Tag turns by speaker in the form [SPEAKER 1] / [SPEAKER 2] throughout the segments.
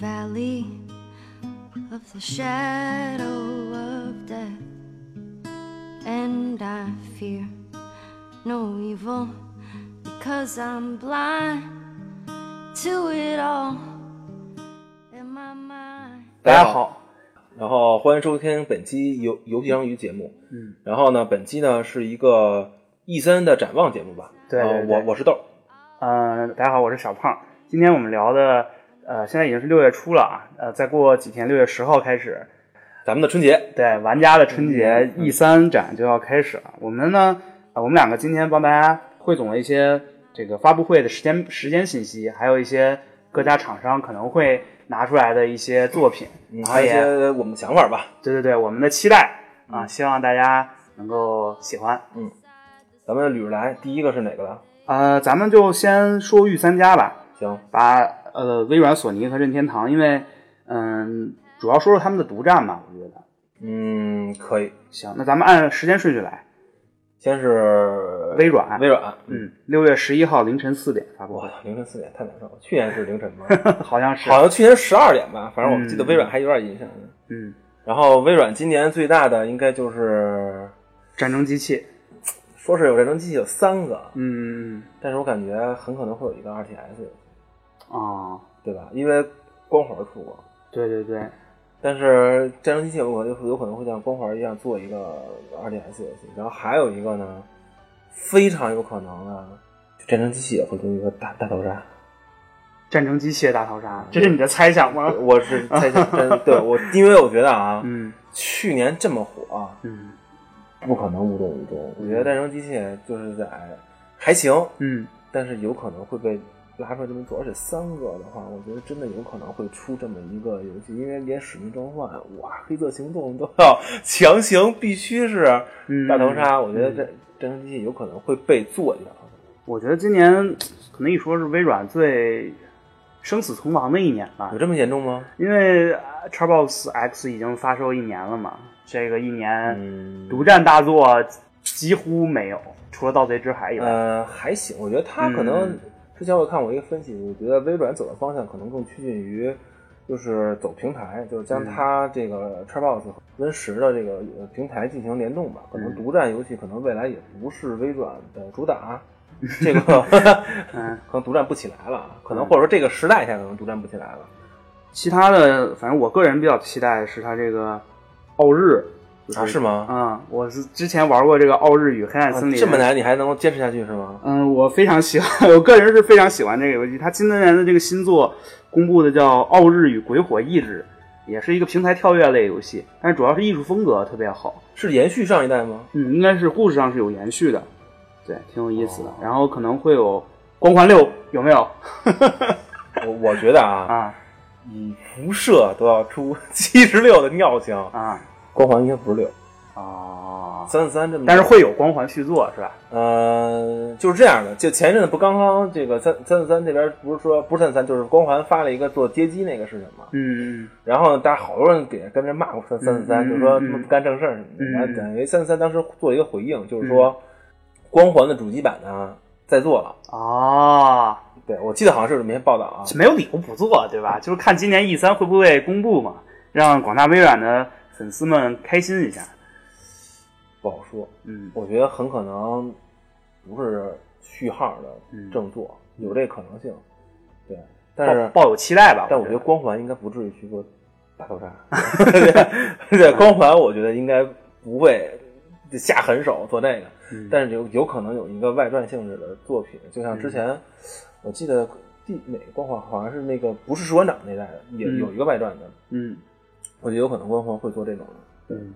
[SPEAKER 1] valley of the shadow of death. And I fear no evil because I'm blind to it all in my mind.
[SPEAKER 2] 大
[SPEAKER 3] 大
[SPEAKER 2] 家
[SPEAKER 3] 家
[SPEAKER 2] 好，
[SPEAKER 3] 好，然后欢迎收听本期游游戏章鱼节目。
[SPEAKER 2] 嗯，
[SPEAKER 3] 然后呢，本期呢是一个一森的展望节目吧？
[SPEAKER 2] 对对
[SPEAKER 3] 呃
[SPEAKER 2] 对
[SPEAKER 3] 我我是豆儿。
[SPEAKER 2] 呃，大家好，我是小胖。今天我们聊的，呃，现在已经是六月初了啊，呃，再过几天，六月十号开始，
[SPEAKER 3] 咱们的春节，
[SPEAKER 2] 对玩家的春节 E 三展就要开始了。我们呢，呃我们两个今天帮大家汇总了一些这个发布会的时间时间信息，还有一些各家厂商可能会拿出来的一些作品，
[SPEAKER 3] 嗯
[SPEAKER 2] 然后
[SPEAKER 3] 还有一
[SPEAKER 2] 也
[SPEAKER 3] 些我们的想法吧。
[SPEAKER 2] 对对对，我们的期待啊，希望大家能够喜欢。
[SPEAKER 3] 咱们捋着来，第一个是哪个了？
[SPEAKER 2] 呃，咱们就先说御三家吧。
[SPEAKER 3] 行，
[SPEAKER 2] 把呃微软、索尼和任天堂，因为嗯，主要说说他们的独占吧，我觉得。
[SPEAKER 3] 嗯，可以。
[SPEAKER 2] 行，那咱们按时间顺序来。
[SPEAKER 3] 先是
[SPEAKER 2] 微软
[SPEAKER 3] 微软。
[SPEAKER 2] 嗯，六月十一号凌晨四点发布
[SPEAKER 3] 我，操，凌晨四点太难受了。去年是凌晨吗？
[SPEAKER 2] 好像是。
[SPEAKER 3] 好像去年十二点吧，反正我记得
[SPEAKER 2] 嗯
[SPEAKER 3] 微软还有点印象。
[SPEAKER 2] 嗯，
[SPEAKER 3] 然后微软今年最大的应该就是，
[SPEAKER 2] 战争机器。
[SPEAKER 3] 说是有战争机器有三个，
[SPEAKER 2] 嗯，
[SPEAKER 3] 但是我感觉很可能会有一个 RTS，
[SPEAKER 2] 哦，
[SPEAKER 3] 对吧？因为光环出过，
[SPEAKER 2] 对对对，
[SPEAKER 3] 但是战争机器有可能有可能会像光环一样做一个 RTS 游戏，然后还有一个呢，非常有可能啊，就战争机器也会跟一个大大逃杀。
[SPEAKER 2] 战争机器的大逃杀，这是你的猜想吗？
[SPEAKER 3] 我是猜想，真对我，因为我觉得啊，
[SPEAKER 2] 啊嗯
[SPEAKER 3] 去年这么火，
[SPEAKER 2] 嗯
[SPEAKER 3] 不可能无动于衷。我觉得战争机器就是在还行，
[SPEAKER 2] 嗯，
[SPEAKER 3] 但是有可能会被拉出来这么做，而且三个的话，我觉得真的有可能会出这么一个游戏，因为连使命召唤，哇，黑色行动都要强行必须是
[SPEAKER 2] 嗯
[SPEAKER 3] 大逃杀，我觉得这战争机器有可能会被做掉。
[SPEAKER 2] 我觉得今年可能一说是微软最生死存亡的一年吧
[SPEAKER 3] 有。这么严重吗？
[SPEAKER 2] 因为呃 Xbox X 已经发售一年了嘛，这个一年
[SPEAKER 3] 嗯，
[SPEAKER 2] 独占大作几乎没有，除了《盗贼之海》以外。
[SPEAKER 3] 呃，还行，我觉得它可能、
[SPEAKER 2] 嗯
[SPEAKER 3] 之前我看过一个分析，我觉得微软走的方向可能更趋近于就是走平台，就是将它这个 Xbox 和 Win 十的这个呃平台进行联动吧。可能
[SPEAKER 2] 嗯
[SPEAKER 3] 独占游戏可能未来也不是微软的主打，这个
[SPEAKER 2] 嗯，
[SPEAKER 3] 可能独占不起来了，可能或者说这个时代下可能独占不起来了。
[SPEAKER 2] 其他的，反正我个人比较期待的是它这个奥日
[SPEAKER 3] 啊，是吗？
[SPEAKER 2] 嗯，我是之前玩过这个《奥日与黑暗
[SPEAKER 3] 啊
[SPEAKER 2] 森林》
[SPEAKER 3] 这么。难你还能够坚持下去是吗？
[SPEAKER 2] 嗯，我非常喜欢， 我个人是非常喜欢这个游戏。它今年的这个新作公布的叫《奥日与鬼火意志》，也是一个平台跳跃类游戏，但是主要是艺术风格特别好。
[SPEAKER 3] 是延续上一代吗？
[SPEAKER 2] 嗯，应该是故事上是有延续的，对，挺有意思的。
[SPEAKER 3] 哦
[SPEAKER 2] 然后可能会有《光环六》，有没有？
[SPEAKER 3] 我我觉得啊，
[SPEAKER 2] 啊
[SPEAKER 3] 以辐射都要出 七十六的尿性，
[SPEAKER 2] 啊
[SPEAKER 3] 光环应该不是六。
[SPEAKER 2] 哦！
[SPEAKER 3] 三四三这么，
[SPEAKER 2] 但是会有《光环》续作是吧？
[SPEAKER 3] 呃，就是这样的。就前一阵子不刚刚这个三三四三这边不是说不是三四三，就是光环发了一个做街机那个事情嘛。
[SPEAKER 2] 嗯嗯
[SPEAKER 3] 然后大家好多人底下跟着骂过三三四三，
[SPEAKER 2] 嗯
[SPEAKER 3] 就说
[SPEAKER 2] 嗯
[SPEAKER 3] 他们不干正事儿什么的。
[SPEAKER 2] 嗯
[SPEAKER 3] 然后等于三四三当时做了一个回应，就是说、光环的主机版呢在做了。
[SPEAKER 2] 哦，
[SPEAKER 3] 对，我记得好像是有这么一篇报道啊。
[SPEAKER 2] 没有理由不做，对吧？就是看今年 E 三会不会公布嘛，让广大微软的粉丝们开心一下。
[SPEAKER 3] 不好说，
[SPEAKER 2] 嗯
[SPEAKER 3] 我觉得很可能不是序号的
[SPEAKER 2] 嗯
[SPEAKER 3] 正作，有这可能性。对，但是
[SPEAKER 2] 抱抱有期待吧，
[SPEAKER 3] 但我觉
[SPEAKER 2] 觉
[SPEAKER 3] 得光环应该不至于去做大 逃杀，对光环，我觉得应该不会下狠手做这个，
[SPEAKER 2] 嗯
[SPEAKER 3] 但是有有可能有一个外传性质的作品，就像之前、
[SPEAKER 2] 嗯
[SPEAKER 3] 我记得第哪个光环好像是那个不是士官长那代的，也
[SPEAKER 2] 嗯
[SPEAKER 3] 有一个外传的，
[SPEAKER 2] 嗯
[SPEAKER 3] 我觉得有可能光环会做这种的
[SPEAKER 2] 嗯，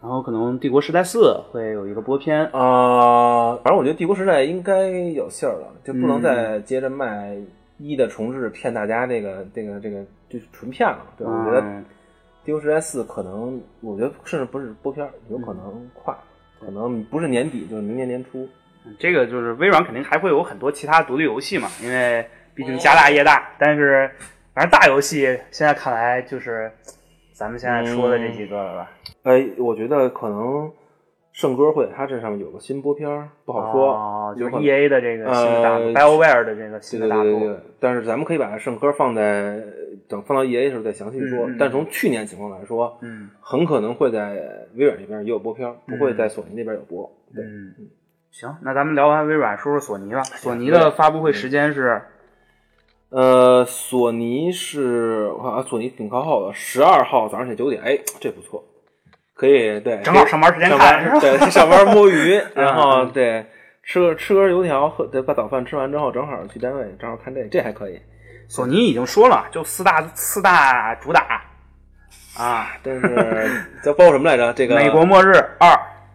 [SPEAKER 2] 然后可能《帝国时代四》会有一个播片。
[SPEAKER 3] 啊、反正我觉得帝国时代应该有信儿了，就不能
[SPEAKER 2] 嗯
[SPEAKER 3] 再接着卖一的重置骗大家这个这个这个就是纯骗了，对吧，我觉得。
[SPEAKER 2] 嗯
[SPEAKER 3] 《帝国时代四》可能，我觉得甚至不是播片儿，有可
[SPEAKER 2] 嗯
[SPEAKER 3] 能快，可能不是年底就是明年年初。
[SPEAKER 2] 这个就是微软肯定还会有很多其他独立游戏嘛，因为毕竟家大业大。但是反正大游戏现在看来就是咱们现在说的这几个了吧。
[SPEAKER 3] 哎，我觉得可能圣歌会，它这上面有个新播片儿，不好说，
[SPEAKER 2] 哦就
[SPEAKER 3] 有
[SPEAKER 2] 是
[SPEAKER 3] 可能
[SPEAKER 2] E A 的这个新的大作
[SPEAKER 3] 呃
[SPEAKER 2] ，BioWare 的这个新
[SPEAKER 3] 对
[SPEAKER 2] 的
[SPEAKER 3] 对
[SPEAKER 2] 大
[SPEAKER 3] 对对
[SPEAKER 2] 作
[SPEAKER 3] 对，但是咱们可以把圣歌放在等放到 E A 的时候再详细说。
[SPEAKER 2] 嗯嗯
[SPEAKER 3] 但从去年情况来说，
[SPEAKER 2] 嗯
[SPEAKER 3] 很可能会在微软这边也有播片儿，不会在索尼那边有播。对，
[SPEAKER 2] 嗯，行，那咱们聊完微软，说说索尼吧。索尼的发布会时间是
[SPEAKER 3] 呃，索尼是我看啊，索尼挺靠后的，十二号早上起来九点，哎，这不错，可以对，
[SPEAKER 2] 正好上嗯班时间
[SPEAKER 3] 嗯上
[SPEAKER 2] 看是
[SPEAKER 3] 班
[SPEAKER 2] 吧？
[SPEAKER 3] 对上班摸 鱼，然后对吃个吃根油条，喝对把早饭吃完之后，正好去单位，正好看这，这还可以。
[SPEAKER 2] 索尼已经说了，就四大四大主打啊，
[SPEAKER 3] 但是这包括什么来着？这个
[SPEAKER 2] 美国末日二》，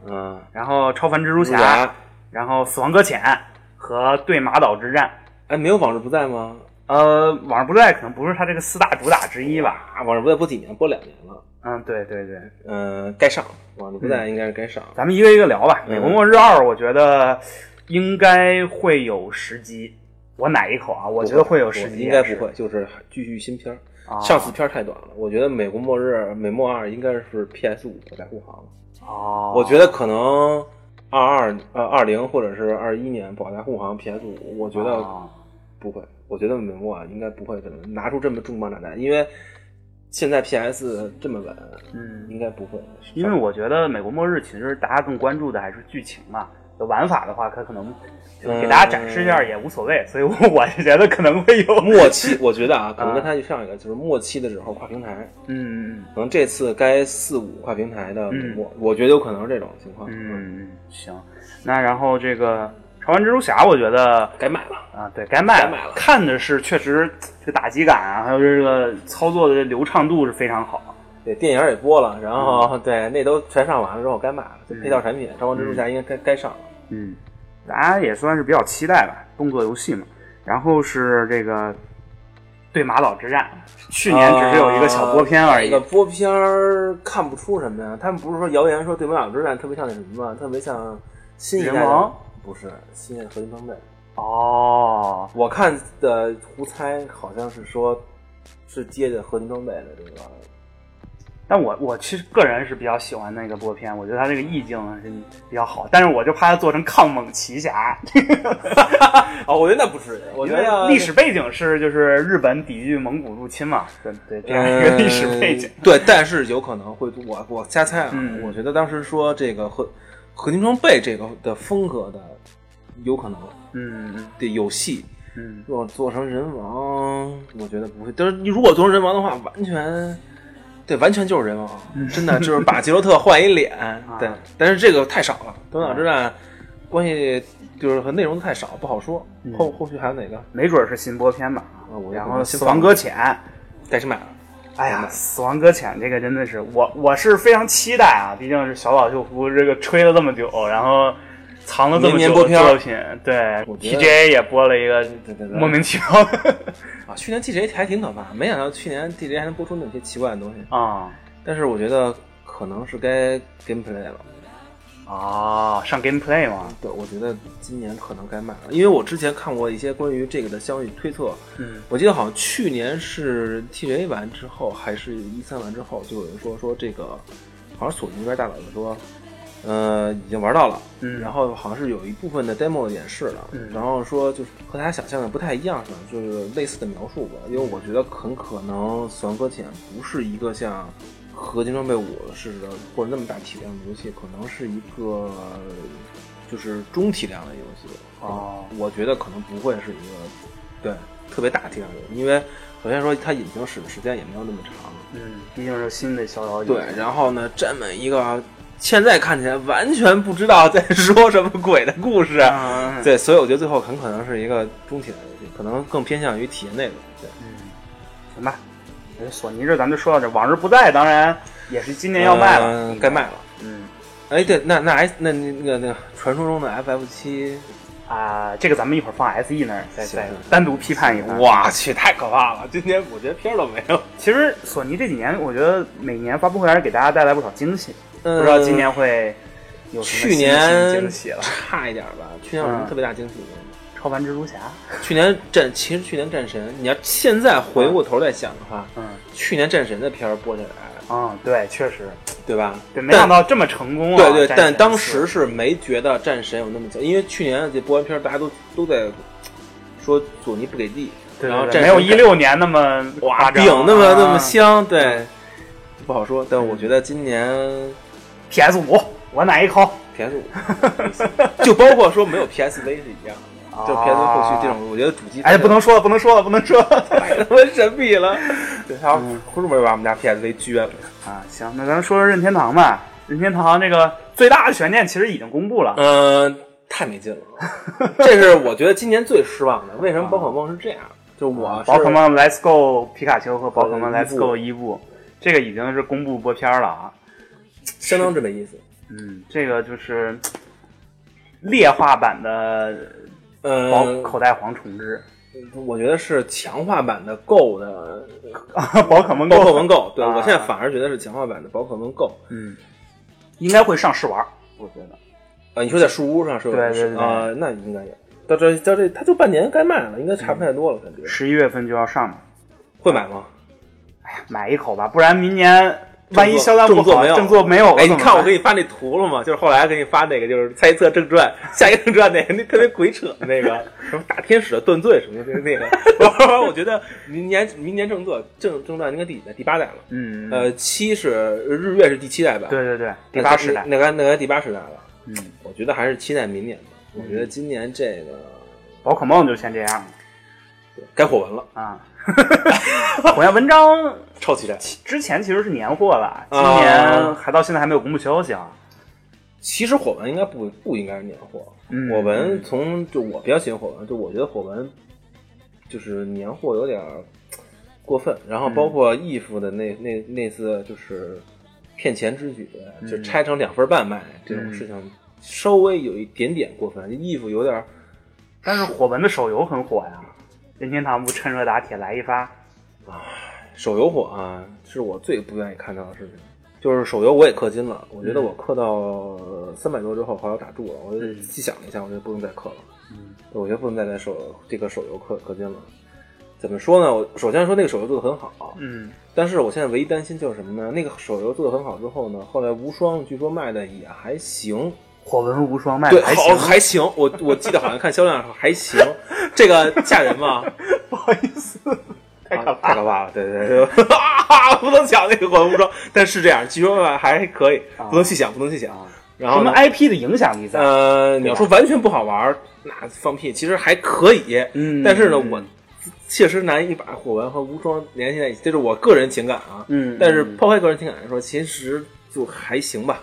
[SPEAKER 3] 嗯，
[SPEAKER 2] 然后《超凡蜘蛛
[SPEAKER 3] 蜘蛛
[SPEAKER 2] 侠》，
[SPEAKER 3] 侠，
[SPEAKER 2] 然后《死亡搁浅》和《对马岛之战》。
[SPEAKER 3] 哎，没有往日不在吗？
[SPEAKER 2] 呃，《网上不在》可能不是它这个四大主打之一吧？
[SPEAKER 3] 啊，往日不在播几年？播两年了。
[SPEAKER 2] 嗯，对对对，
[SPEAKER 3] 嗯、该上往日不
[SPEAKER 2] 嗯
[SPEAKER 3] 在应该是该上。
[SPEAKER 2] 咱们一个一个聊吧。《
[SPEAKER 3] 嗯
[SPEAKER 2] 美国末日二》，我觉得应该会有十集，我奶一口啊，我觉得会有十集，
[SPEAKER 3] 应该不会，就是继续新片儿。
[SPEAKER 2] 啊。
[SPEAKER 3] 上次片儿太短了，我觉得《美国末日》《美墨二》应该是 PS 五在护航。
[SPEAKER 2] 哦，
[SPEAKER 3] 我觉得可能二二呃二零或者是二一年保驾护航 PS 五，我觉得
[SPEAKER 2] 哦
[SPEAKER 3] 不会，我觉得美墨啊应该不会这么拿出这么重磅炸弹，因为现在 PS 这么稳，
[SPEAKER 2] 嗯，
[SPEAKER 3] 应该不会。
[SPEAKER 2] 因为我觉得《美国末日》其实大家更关注的还是剧情嘛，就玩法的话，它可能就是给大家展示一下也无所谓，所以我我是觉得可能会有，
[SPEAKER 3] 末期，我觉得啊，可能跟它上一个就是末期的时候跨平台，
[SPEAKER 2] 嗯
[SPEAKER 3] 可能这次该四五跨平台的美墨，我觉得有可能是这种情况。，
[SPEAKER 2] 嗯，行，那然后这个《超凡蜘蛛侠》，我觉得
[SPEAKER 3] 该买了。
[SPEAKER 2] 啊，对该卖
[SPEAKER 3] 该卖了
[SPEAKER 2] 看的是确实这个打击感啊，还有这个操作的流畅度是非常好，
[SPEAKER 3] 对，电影也播了，然后、
[SPEAKER 2] 嗯
[SPEAKER 3] 对那都全上完了之后该买了，就配套产品，超光蜘蛛侠应该该该上了。
[SPEAKER 2] 嗯，大家也算是比较期待吧，动作游戏嘛。然后是这个对马岛之战，去年只是有一个小播片而已。
[SPEAKER 3] 那呃个播片儿看不出什么呀。他们不是说谣言说《对马岛之战》特别像那什么吗？特别像新一代
[SPEAKER 2] 人
[SPEAKER 3] 的
[SPEAKER 2] 王，
[SPEAKER 3] 不是新一代的合金装备。
[SPEAKER 2] 哦，
[SPEAKER 3] 我看的胡猜好像是说，是接的合金装备的这 个。
[SPEAKER 2] 但我我其实个人是比较喜欢那个播片，我觉得它这个意境啊是比较好，但是我就怕它做成抗猛奇侠，
[SPEAKER 3] 哦，我觉得那不至于，我
[SPEAKER 2] 因
[SPEAKER 3] 觉
[SPEAKER 2] 为
[SPEAKER 3] 得
[SPEAKER 2] 历史背景是就是日本抵御蒙古入侵嘛，对对，这样一个历史背景。
[SPEAKER 3] 呃 对，但是有可能会，我我瞎猜啊，
[SPEAKER 2] 嗯
[SPEAKER 3] 我觉得当时说这个合合金装备这个的风格的，有可能
[SPEAKER 2] 嗯嗯
[SPEAKER 3] 得有戏。
[SPEAKER 2] 嗯
[SPEAKER 3] 做做成人王，我觉得不会。但是你如果做成人王的话，完全，对，完全就是人王，
[SPEAKER 2] 嗯
[SPEAKER 3] 真的就是把杰洛特换 一脸。
[SPEAKER 2] 啊
[SPEAKER 3] 对，但是这个太少了，《头脑之战》关系就是和内容太少，不好说。后后续还有哪个？
[SPEAKER 2] 没准是新播片吧。
[SPEAKER 3] 啊我
[SPEAKER 2] 嗯
[SPEAKER 3] 就
[SPEAKER 2] 然
[SPEAKER 3] 可
[SPEAKER 2] 后
[SPEAKER 3] 能
[SPEAKER 2] 《
[SPEAKER 3] 新
[SPEAKER 2] 死亡
[SPEAKER 3] 放
[SPEAKER 2] 搁浅》，
[SPEAKER 3] 该去买了。
[SPEAKER 2] 哎呀，《死亡搁浅》这个真的是我我是非常期待啊，毕竟是小岛秀夫这个吹了这么久，然后藏了这么
[SPEAKER 3] 年年
[SPEAKER 2] 久
[SPEAKER 3] 播
[SPEAKER 2] 的
[SPEAKER 3] 片
[SPEAKER 2] 作品，对
[SPEAKER 3] 我觉得
[SPEAKER 2] ，TJ 也播了一个
[SPEAKER 3] 对对对
[SPEAKER 2] 莫名其妙的
[SPEAKER 3] 啊，去年 TJ 还挺可怕，没想到去年 TJ 还能播出那些奇怪的东西。
[SPEAKER 2] 啊
[SPEAKER 3] 但是我觉得可能是该 gameplay 了。
[SPEAKER 2] 啊，上 Gameplay 嘛，
[SPEAKER 3] 对，我觉得今年可能该买了，因为我之前看过一些关于这个的消息推测，
[SPEAKER 2] 嗯，
[SPEAKER 3] 我记得好像去年是 TVA 完之后，还是一三完之后，就有人说说这个，好像索尼那边大佬就说，呃，已经玩到了，
[SPEAKER 2] 嗯
[SPEAKER 3] 然后好像是有一部分的 demo 演示了，
[SPEAKER 2] 嗯
[SPEAKER 3] 然后说就是和大家想象的不太一样，是吧？就是类似的描述吧，因为我觉得很可能《死亡搁浅》不是一个像。合金装备五似的，或者那么大体量的游戏，可能是一个就是中体量的游戏。
[SPEAKER 2] 哦
[SPEAKER 3] 我觉得可能不会是一个对特别大体量的游戏，因为首先说它引擎使的时间也没有那么长。
[SPEAKER 2] 嗯，毕竟是新的小岛秀夫
[SPEAKER 3] 对，然后呢，这么一个现在看起来完全不知道在说什么鬼的故事，啊
[SPEAKER 2] 嗯
[SPEAKER 3] 对，所以我觉得最后很可能是一个中体量的游戏，可能更偏向于体验内容。对，
[SPEAKER 2] 行吧。我觉得索尼这咱们就说到这，《往日不在》当然也是今年要卖了
[SPEAKER 3] 嗯，该卖了。
[SPEAKER 2] 嗯
[SPEAKER 3] 哎，对，那那 S 那那那个那个传说中的 FF 七
[SPEAKER 2] 啊，这个咱们一会儿放 S E 那儿再
[SPEAKER 3] 行
[SPEAKER 2] 再
[SPEAKER 3] 行
[SPEAKER 2] 单独批判一番。
[SPEAKER 3] 我去，太可怕了！今天我觉得片儿都没有。
[SPEAKER 2] 其实索尼这几年，我觉得每年发布会还是给大家带来不少惊喜。
[SPEAKER 3] 嗯
[SPEAKER 2] 不知道今年会有什么
[SPEAKER 3] 去
[SPEAKER 2] 新的
[SPEAKER 3] 年
[SPEAKER 2] 惊喜了？
[SPEAKER 3] 差一点吧，去年有什么
[SPEAKER 2] 嗯
[SPEAKER 3] 特别大惊喜吗？
[SPEAKER 2] 超凡蜘蛛侠，
[SPEAKER 3] 去年战，其实去年战神，你要现在回过头再想的话，
[SPEAKER 2] 嗯，
[SPEAKER 3] 去年战神的片儿播起来，
[SPEAKER 2] 嗯，对，确实，
[SPEAKER 3] 对吧？
[SPEAKER 2] 对，没想到这么成功啊！
[SPEAKER 3] 对对，
[SPEAKER 2] 战
[SPEAKER 3] 但
[SPEAKER 2] 神
[SPEAKER 3] 当
[SPEAKER 2] 四
[SPEAKER 3] 时是没觉得战神有那么强，因为去年这播完片儿，大家都都在说索尼不给力，
[SPEAKER 2] 对
[SPEAKER 3] 然后
[SPEAKER 2] 对对
[SPEAKER 3] 战
[SPEAKER 2] 没有
[SPEAKER 3] 神
[SPEAKER 2] 一六年那么
[SPEAKER 3] 哇
[SPEAKER 2] 夸张
[SPEAKER 3] 饼那么那么
[SPEAKER 2] 啊
[SPEAKER 3] 香，对，不好说。但我觉得今年
[SPEAKER 2] PS 五，我奶一口。
[SPEAKER 3] PS 五，就包括说没有 PSV 是一样 的，就 PS 后续这种，我觉得主机
[SPEAKER 2] 哎，不能说了，不能说了，不能说了
[SPEAKER 3] 太他妈神秘了，对，他会不会把我们家 PSV 撅了？
[SPEAKER 2] 啊！行，那咱说说任天堂吧。任天堂这个最大的悬念其实已经公布了，
[SPEAKER 3] 嗯、太没劲 了，这是我觉得今年最失望的。为什么宝可梦是这样？就我啊是
[SPEAKER 2] 啊宝可梦 Let's Go 皮卡丘和宝可梦
[SPEAKER 3] 呃伊
[SPEAKER 2] Let's
[SPEAKER 3] 布
[SPEAKER 2] Go 伊布，这个已经是公布播片了啊。
[SPEAKER 3] 相当之没意思。
[SPEAKER 2] 嗯，这个就是劣化版的宝
[SPEAKER 3] 嗯，
[SPEAKER 2] 口袋蝗虫之
[SPEAKER 3] 我觉得是强化版的 Go 的
[SPEAKER 2] 宝可梦
[SPEAKER 3] 嗯宝可梦 Go，对
[SPEAKER 2] 啊
[SPEAKER 3] 我现在反而觉得是强化版的宝可梦 Go。
[SPEAKER 2] 嗯，应该会上试玩，我觉得。
[SPEAKER 3] 啊，你说在树屋上是吧？
[SPEAKER 2] 对对对
[SPEAKER 3] 啊、那应该有。到这到这，它就半年该卖了，应该差不太多了，感觉。
[SPEAKER 2] 十一月份就要上嘛，
[SPEAKER 3] 会买吗？
[SPEAKER 2] 买一口吧，不然明年万一销量不
[SPEAKER 3] 正作
[SPEAKER 2] 好，
[SPEAKER 3] 没有，
[SPEAKER 2] 正做没有了
[SPEAKER 3] 哎，
[SPEAKER 2] 怎
[SPEAKER 3] 你
[SPEAKER 2] 么
[SPEAKER 3] 看我
[SPEAKER 2] 办
[SPEAKER 3] 给你发那图了吗？就是后来给你发那个，就是猜测正传，下一个正传那个，那特别鬼扯的那个，什么大天使的断罪什么的那个。 然后我觉得明年明年正作正正传应该第几代？第八代了。
[SPEAKER 2] 嗯，
[SPEAKER 3] 呃，七是日月是第七代吧？
[SPEAKER 2] 对对对，
[SPEAKER 3] 那
[SPEAKER 2] 第
[SPEAKER 3] 该，
[SPEAKER 2] 八时代，
[SPEAKER 3] 那该那该第八时代了。
[SPEAKER 2] 嗯，
[SPEAKER 3] 我觉得还是期待明年吧。我觉得今年这个
[SPEAKER 2] 宝可梦就先这样了
[SPEAKER 3] 该火纹了，
[SPEAKER 2] 啊。 火焰文章
[SPEAKER 3] 超期待。
[SPEAKER 2] 之前其实是年货了，今
[SPEAKER 3] 啊
[SPEAKER 2] 年还到现在还没有公布消息啊。
[SPEAKER 3] 其实火纹应该不不应该是年货，
[SPEAKER 2] 嗯
[SPEAKER 3] 火纹从就我比较喜欢火纹，就我觉得火纹就是年货有点儿过分，然后包括义父的那、那那次就是骗钱之举，就拆成两份半卖这种事情，稍微有一点点过分，义父有点儿
[SPEAKER 2] 但是火纹的手游很火呀，任天堂不趁热打铁来一发？
[SPEAKER 3] 手游火啊，是我最不愿意看到的事情。就是手游我也氪金了，我
[SPEAKER 2] 嗯
[SPEAKER 3] 觉得我氪到三百多之后，后来我打住了，我就细想了一下，我觉得不能再氪了。
[SPEAKER 2] 嗯，
[SPEAKER 3] 我觉得不能再在手这个手游氪氪金了。怎么说呢？我首先说那个手游做的很好，
[SPEAKER 2] 嗯，
[SPEAKER 3] 但是我现在唯一担心就是什么呢？那个手游做的很好之后呢，后来无双据说卖的也还行，
[SPEAKER 2] 火纹无双卖
[SPEAKER 3] 对，
[SPEAKER 2] 得还
[SPEAKER 3] 好
[SPEAKER 2] 行，
[SPEAKER 3] 还行。我我记得好像看销量还行，这个吓人吗？
[SPEAKER 2] 不好意思，太可怕了。
[SPEAKER 3] 啊太可怕了，对对对，啊，不能想那个管无双，但是这样，据说吧还可以，不能细想，不能细想。然
[SPEAKER 2] 啊什
[SPEAKER 3] 后
[SPEAKER 2] 么
[SPEAKER 3] 呢，
[SPEAKER 2] IP 的影响力在？
[SPEAKER 3] 呃，你要说完全不好玩儿，那放屁，其实还可以，
[SPEAKER 2] 嗯
[SPEAKER 3] 但是呢，
[SPEAKER 2] 嗯
[SPEAKER 3] 我切实难以把火纹和无双联系在一起，这是我个人情感啊。
[SPEAKER 2] 嗯
[SPEAKER 3] 但是抛开个人情感来说，其实就还行吧。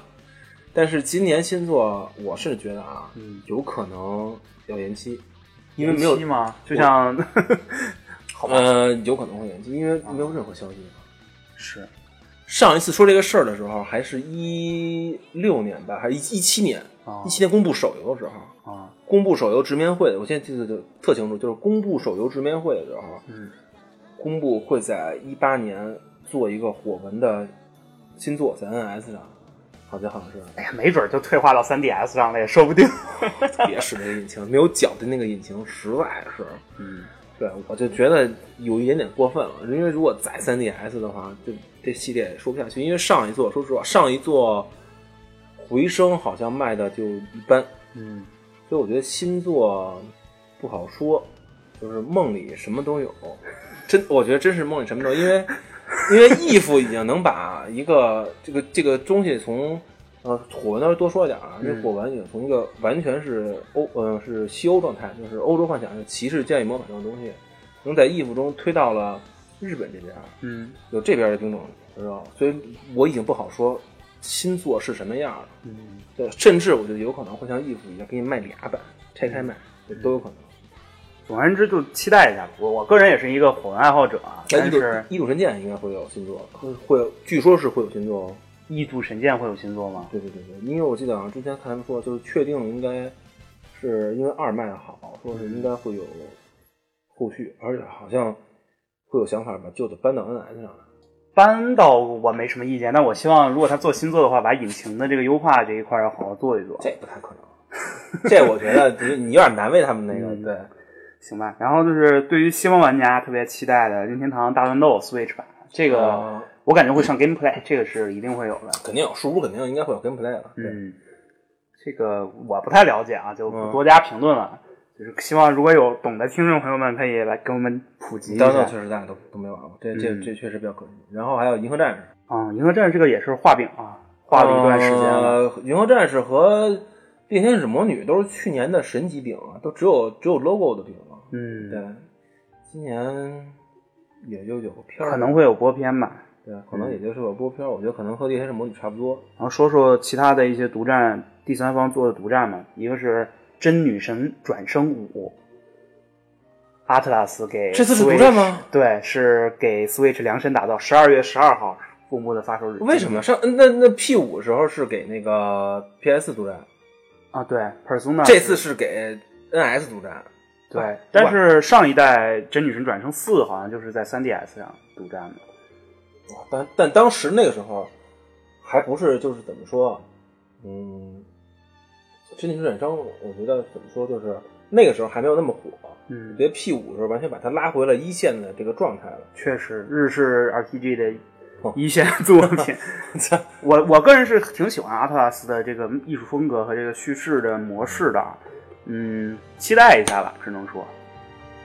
[SPEAKER 3] 但是今年新作，我是觉得啊，
[SPEAKER 2] 嗯
[SPEAKER 3] 有可能要延期，因为没有
[SPEAKER 2] 期吗？就像 好吧，
[SPEAKER 3] 呃，啊有可能会延期，因为没有任何消息。
[SPEAKER 2] 是
[SPEAKER 3] 上一次说这个事儿的时候，还是一六年吧，还是一一七年
[SPEAKER 2] 哦？
[SPEAKER 3] 一七年公布手游的时候，
[SPEAKER 2] 啊，
[SPEAKER 3] 公布手游直面会，我现在记得就特清楚，就是公布手游直面会的时候，
[SPEAKER 2] 嗯，
[SPEAKER 3] 公布会在一八年做一个火纹的新作，在 NS 上，好像好像
[SPEAKER 2] 哎
[SPEAKER 3] 是，
[SPEAKER 2] 呀，没准儿就退化到 3DS 上了也说不定。
[SPEAKER 3] 别使那个引擎，没有脚的那个引擎，实在是，
[SPEAKER 2] 嗯，
[SPEAKER 3] 对我就觉得有一点点过分了，因为如果再 3DS 的话，就这系列也说不下去，因为上一座说实话，上一座回声好像卖的就一般，
[SPEAKER 2] 嗯，
[SPEAKER 3] 所以我觉得新作不好说，就是梦里什么都有，真我觉得真是梦里什么都有，因为因为义父已经能把一个这个这个东西从呃火纹那儿多说点儿啊，因为火纹已经从一个完全是欧呃是西欧状态，就是欧洲幻想、骑士、剑与魔法这种东西，能在义父中推到了日本这边儿，
[SPEAKER 2] 嗯
[SPEAKER 3] 有这边的兵种，知道吗，所以我已经不好说新作是什么样了。
[SPEAKER 2] 嗯，
[SPEAKER 3] 对，甚至我觉得有可能会像义父一样给你卖俩版，拆开卖，
[SPEAKER 2] 嗯
[SPEAKER 3] 这都有可能。
[SPEAKER 2] 总而言之，就期待一下吧。我我个人也是一个火纹爱好者啊，
[SPEAKER 3] 但
[SPEAKER 2] 但
[SPEAKER 3] 异度
[SPEAKER 2] 是
[SPEAKER 3] 异度神剑应该会有新作，会会有，据说是会有新作哦。
[SPEAKER 2] 异度神剑会有新作吗？
[SPEAKER 3] 对对对对，因为我记得好像之前看他们说，就是确定应该是因为二卖的好，说是应该会有后续，而且好像会有想法把旧的搬到 NS 上来。
[SPEAKER 2] 搬到我没什么意见，但我希望如果他做新作的话，把引擎的这个优化这一块儿要好好做一做。
[SPEAKER 3] 这不太可能，这我觉得你你有点难为他们那个。
[SPEAKER 2] 嗯
[SPEAKER 3] 对，
[SPEAKER 2] 行吧，然后就是对于西方玩家特别期待的任天堂大乱斗 Switch 版，这个
[SPEAKER 3] 啊
[SPEAKER 2] 我感觉会上 gameplay，这个是一定会有的。
[SPEAKER 3] 肯定有，数不肯定应该会有 gameplay 了。对
[SPEAKER 2] 嗯，这个我不太了解啊，就
[SPEAKER 3] 嗯
[SPEAKER 2] 不多加评论了。就是希望如果有懂的听众朋友们，可以来给我们普及一
[SPEAKER 3] 当当
[SPEAKER 2] 下
[SPEAKER 3] 确。实大家都都没玩过，这这
[SPEAKER 2] 嗯
[SPEAKER 3] 这确实比较可惜。然后还有银河战士，
[SPEAKER 2] 嗯，银河战士这个也是画饼啊，画了一段时间了。
[SPEAKER 3] 呃银河战士和猎天使魔女都是去年的神级饼啊，都只有只有 logo 的饼了。
[SPEAKER 2] 嗯，
[SPEAKER 3] 对，今年也就有个片儿，
[SPEAKER 2] 可能会有播片吧。
[SPEAKER 3] 对，可能也就是个播片儿。我觉得可能和猎天使魔女差不多。
[SPEAKER 2] 然后说说其他的一些独占，第三方做的独占嘛，一个是《真女神转生五》，阿特拉斯给
[SPEAKER 3] 这次是
[SPEAKER 2] Switch-
[SPEAKER 3] 独占吗？
[SPEAKER 2] 对，是给 Switch 量身打造，十二月十二号公布的发售日。
[SPEAKER 3] 为什么上那那 P 五时候是给那个 PS 独占，
[SPEAKER 2] 啊？对，Persona
[SPEAKER 3] 这次是给 NS 独占。
[SPEAKER 2] 对，但是上一代《真女神转生四》好像就是在 3DS 上独占的。
[SPEAKER 3] 啊但但当时那个时候，还不是就是怎么说啊，嗯，真女转生，我觉得怎么说就是那个时候还没有那么火。
[SPEAKER 2] 嗯
[SPEAKER 3] 我觉得 P 五时候完全把它拉回了一线的这个状态了。
[SPEAKER 2] 确实，日式 RPG 的
[SPEAKER 3] 哦
[SPEAKER 2] 一线 作品，我我个人是挺喜欢阿特拉斯的这个艺术风格和这个叙事的模式的，啊嗯，期待一下吧，只能说，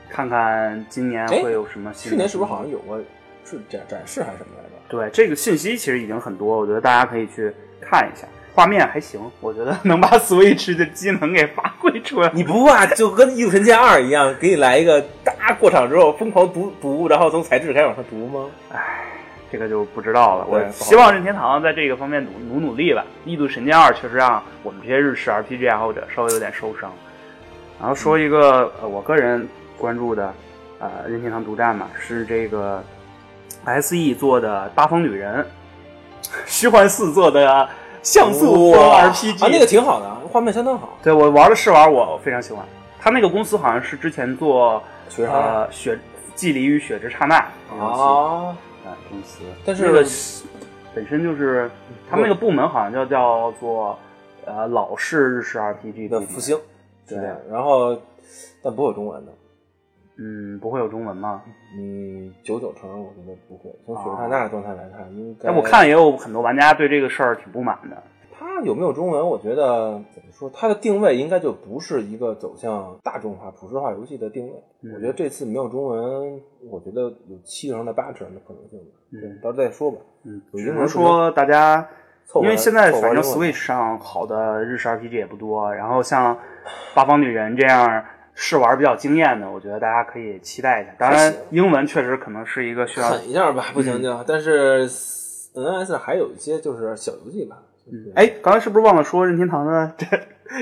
[SPEAKER 2] 看看今年
[SPEAKER 3] 哎
[SPEAKER 2] 会有什么新的。
[SPEAKER 3] 去年是不是好像有过是展展示还是什么来着？
[SPEAKER 2] 对这个信息其实已经很多，我觉得大家可以去看一下，画面还行，我觉得能把 Switch 的机能给发挥出来。
[SPEAKER 3] 你不怕就跟《异度神剑二》一样，给你来一个哒过场之后疯狂读读，然后从材质开始往上读吗？
[SPEAKER 2] 这个就不知道了。
[SPEAKER 3] 对
[SPEAKER 2] 我
[SPEAKER 3] 不好
[SPEAKER 2] 希望任天堂在这个方面努努努力吧。《异度神剑二》确实让我们这些日式 RPG 爱好者稍微有点受伤。然后说一个
[SPEAKER 3] 嗯
[SPEAKER 2] 呃，我个人关注的，呃，任天堂独占嘛，是这个 S.E 做的《八方旅人》，虚幻四做的像素风
[SPEAKER 3] 哇
[SPEAKER 2] RPG，、
[SPEAKER 3] 啊，那个挺好的啊，画面相当好。
[SPEAKER 2] 对我玩的试玩，我非常喜欢。他那个公司好像是之前做
[SPEAKER 3] 雪之刹那
[SPEAKER 2] 呃雪季离与雪之刹那这个游戏
[SPEAKER 3] 啊，
[SPEAKER 2] 呃公司，
[SPEAKER 3] 但是
[SPEAKER 2] 那个本身就是他们那个部门好像叫叫做呃老式日式 RPG
[SPEAKER 3] 的
[SPEAKER 2] 部门
[SPEAKER 3] 复兴，
[SPEAKER 2] 对
[SPEAKER 3] 是这样然后，但不会有中文的。
[SPEAKER 2] 嗯，不会有中文吗？
[SPEAKER 3] 嗯，九九成我觉得不会。从雪之刹那的状态来看，应该
[SPEAKER 2] 但哦哎我看也有很多玩家对这个事儿挺不满的。
[SPEAKER 3] 它有没有中文，我觉得怎么说，它的定位应该就不是一个走向大众化、普适化游戏的定位。
[SPEAKER 2] 嗯
[SPEAKER 3] 我觉得这次没有中文，我觉得有七成到八成的可能性吧。
[SPEAKER 2] 嗯
[SPEAKER 3] 到时候再说吧。
[SPEAKER 2] 嗯，
[SPEAKER 3] 有
[SPEAKER 2] 只
[SPEAKER 3] 中
[SPEAKER 2] 能
[SPEAKER 3] 文
[SPEAKER 2] 说大家，
[SPEAKER 3] 凑合
[SPEAKER 2] 因为现在
[SPEAKER 3] 凑合
[SPEAKER 2] 反正
[SPEAKER 3] 用
[SPEAKER 2] Switch 上好的日式 RPG 也不多，然后像《八方女人》这样试玩比较惊艳的，我觉得大家可以期待一下。当
[SPEAKER 3] 还
[SPEAKER 2] 然
[SPEAKER 3] 行，
[SPEAKER 2] 英文确实可能是嗯一个需要。
[SPEAKER 3] 狠一下吧，不行就。但是 NS 还有一些就是小游戏吧。就是
[SPEAKER 2] 哎，刚才是不是忘了说任天堂的 这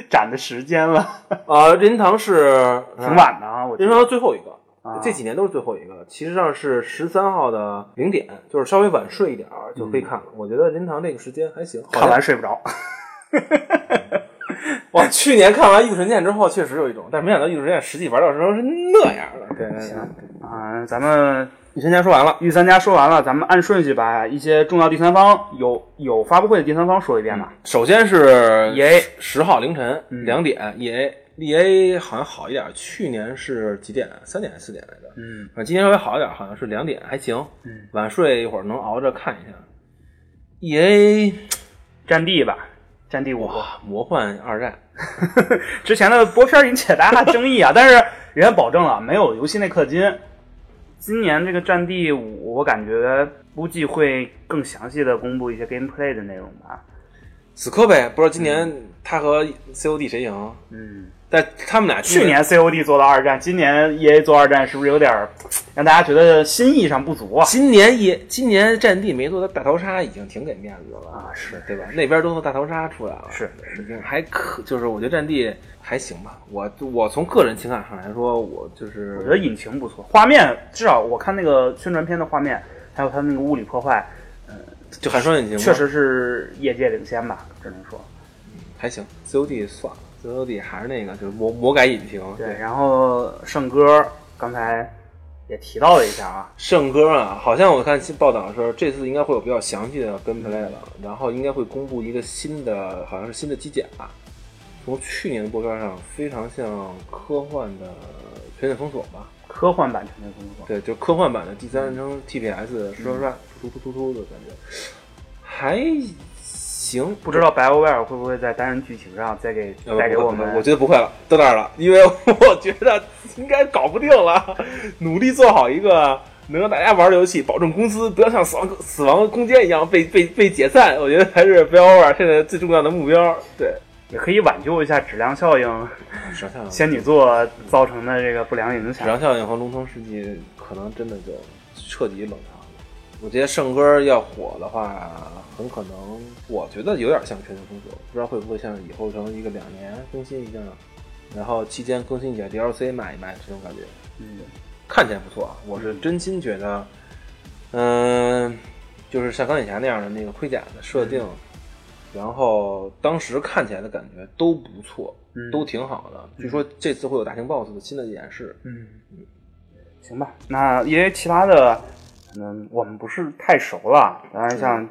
[SPEAKER 2] 展的时间了？
[SPEAKER 3] 啊，任天堂是
[SPEAKER 2] 挺晚的啊，我觉
[SPEAKER 3] 任
[SPEAKER 2] 得
[SPEAKER 3] 天堂最后一个
[SPEAKER 2] 啊，
[SPEAKER 3] 这几年都是最后一个。其实上是十三号的零点，就是稍微晚睡一点儿就可以看了。我觉得任天堂这个时间还行。
[SPEAKER 2] 嗯看完睡不着。
[SPEAKER 3] 我去年看完《异度神剑》之后，确实有一种，但是没想到《异度神剑》实际玩到时候是那样的。对对对。
[SPEAKER 2] 啊，咱们
[SPEAKER 3] 你先前说完了，
[SPEAKER 2] 御三家说完了，咱们按顺序把一些重要第三方有有发布会的第三方说一遍吧。
[SPEAKER 3] 首先是
[SPEAKER 2] EA
[SPEAKER 3] 十号凌晨
[SPEAKER 2] E 嗯
[SPEAKER 3] 两点，E A E A 好像好一点，去年是几点？三点还是四点来着？
[SPEAKER 2] 嗯，
[SPEAKER 3] 啊，今天稍微好一点，好像是两点，还行。
[SPEAKER 2] 嗯
[SPEAKER 3] 晚睡一会儿能熬着看一下。E A
[SPEAKER 2] 战地吧，战地五。
[SPEAKER 3] 哇，魔幻二战，
[SPEAKER 2] 之前的播片引起大家 争议啊，但是人家保证了没有游戏内氪金。今年这个战地五，我感觉估计会更详细的公布一些 gameplay 的内容吧。
[SPEAKER 3] 死磕呗，不知道今年他和 C O D 谁赢，
[SPEAKER 2] 嗯，
[SPEAKER 3] 但他们俩
[SPEAKER 2] 去年 COD 做到二战，今年 EA 做二战，是不是有点儿让大家觉得心意上不足啊？
[SPEAKER 3] 今年也今年战地没做大逃杀，已经挺给面子的了
[SPEAKER 2] 啊是
[SPEAKER 3] 对吧？那边都做大逃杀出来了，
[SPEAKER 2] 是
[SPEAKER 3] 已经还可，就是我觉得战地还行吧。我我从个人情感上来说，我就是
[SPEAKER 2] 我觉得引擎不错，画面至少我看那个宣传片的画面，还有它那个物理破坏，
[SPEAKER 3] 就寒霜引擎嘛
[SPEAKER 2] 确实是业界领先吧，只能说。
[SPEAKER 3] 还行，COD 算了，COD 还是那个就是魔魔改引擎，
[SPEAKER 2] 对，然后圣歌刚才也提到了一下啊，
[SPEAKER 3] 圣歌啊，好像我看新报道的时候，这次应该会有比较详细的 gameplay 了，然后应该会公布一个新的，好像是新的机甲，从去年的播片上非常像科幻的《全面封锁》吧，
[SPEAKER 2] 科幻版《全面封锁》
[SPEAKER 3] 对，就科幻版的第三人称 TPS 说实话突突突突的感觉，还行，
[SPEAKER 2] 不知道白欧威尔会不会在单人剧情上再给
[SPEAKER 3] 要不
[SPEAKER 2] 再给
[SPEAKER 3] 不会
[SPEAKER 2] 我
[SPEAKER 3] 不
[SPEAKER 2] 们
[SPEAKER 3] 会呃我觉得不会了，到那儿了，因为 我觉得应该搞不定了，努力做好一个能让大家玩的游戏，保证公司不要像死亡死亡空间一样被被被解散，我觉得还是 b i o w a r 现在最重要的目标。对，
[SPEAKER 2] 也可以挽救一下质量效应，
[SPEAKER 3] 嗯质量
[SPEAKER 2] 仙女座造成的这个不良影
[SPEAKER 3] 质
[SPEAKER 2] 响
[SPEAKER 3] 量。效应和龙腾世纪可能真的就彻底冷场了。我觉得圣歌要火的话，很可能我觉得有点像全球封锁，不知道会不会像以后成一个两年更新一下，然后期间更新一点 DLC 买一买这种感觉。
[SPEAKER 2] 嗯，
[SPEAKER 3] 看起来不错啊，我是真心觉得，嗯、就是像钢铁侠那样的那个盔甲的设定，然后当时看起来的感觉都不错，
[SPEAKER 2] 嗯
[SPEAKER 3] 都挺好的。据说这次会有大型 BOSS 的新的演示，
[SPEAKER 2] 嗯，行吧，那因为其他的，嗯，我们不是太熟了。当然像
[SPEAKER 3] 嗯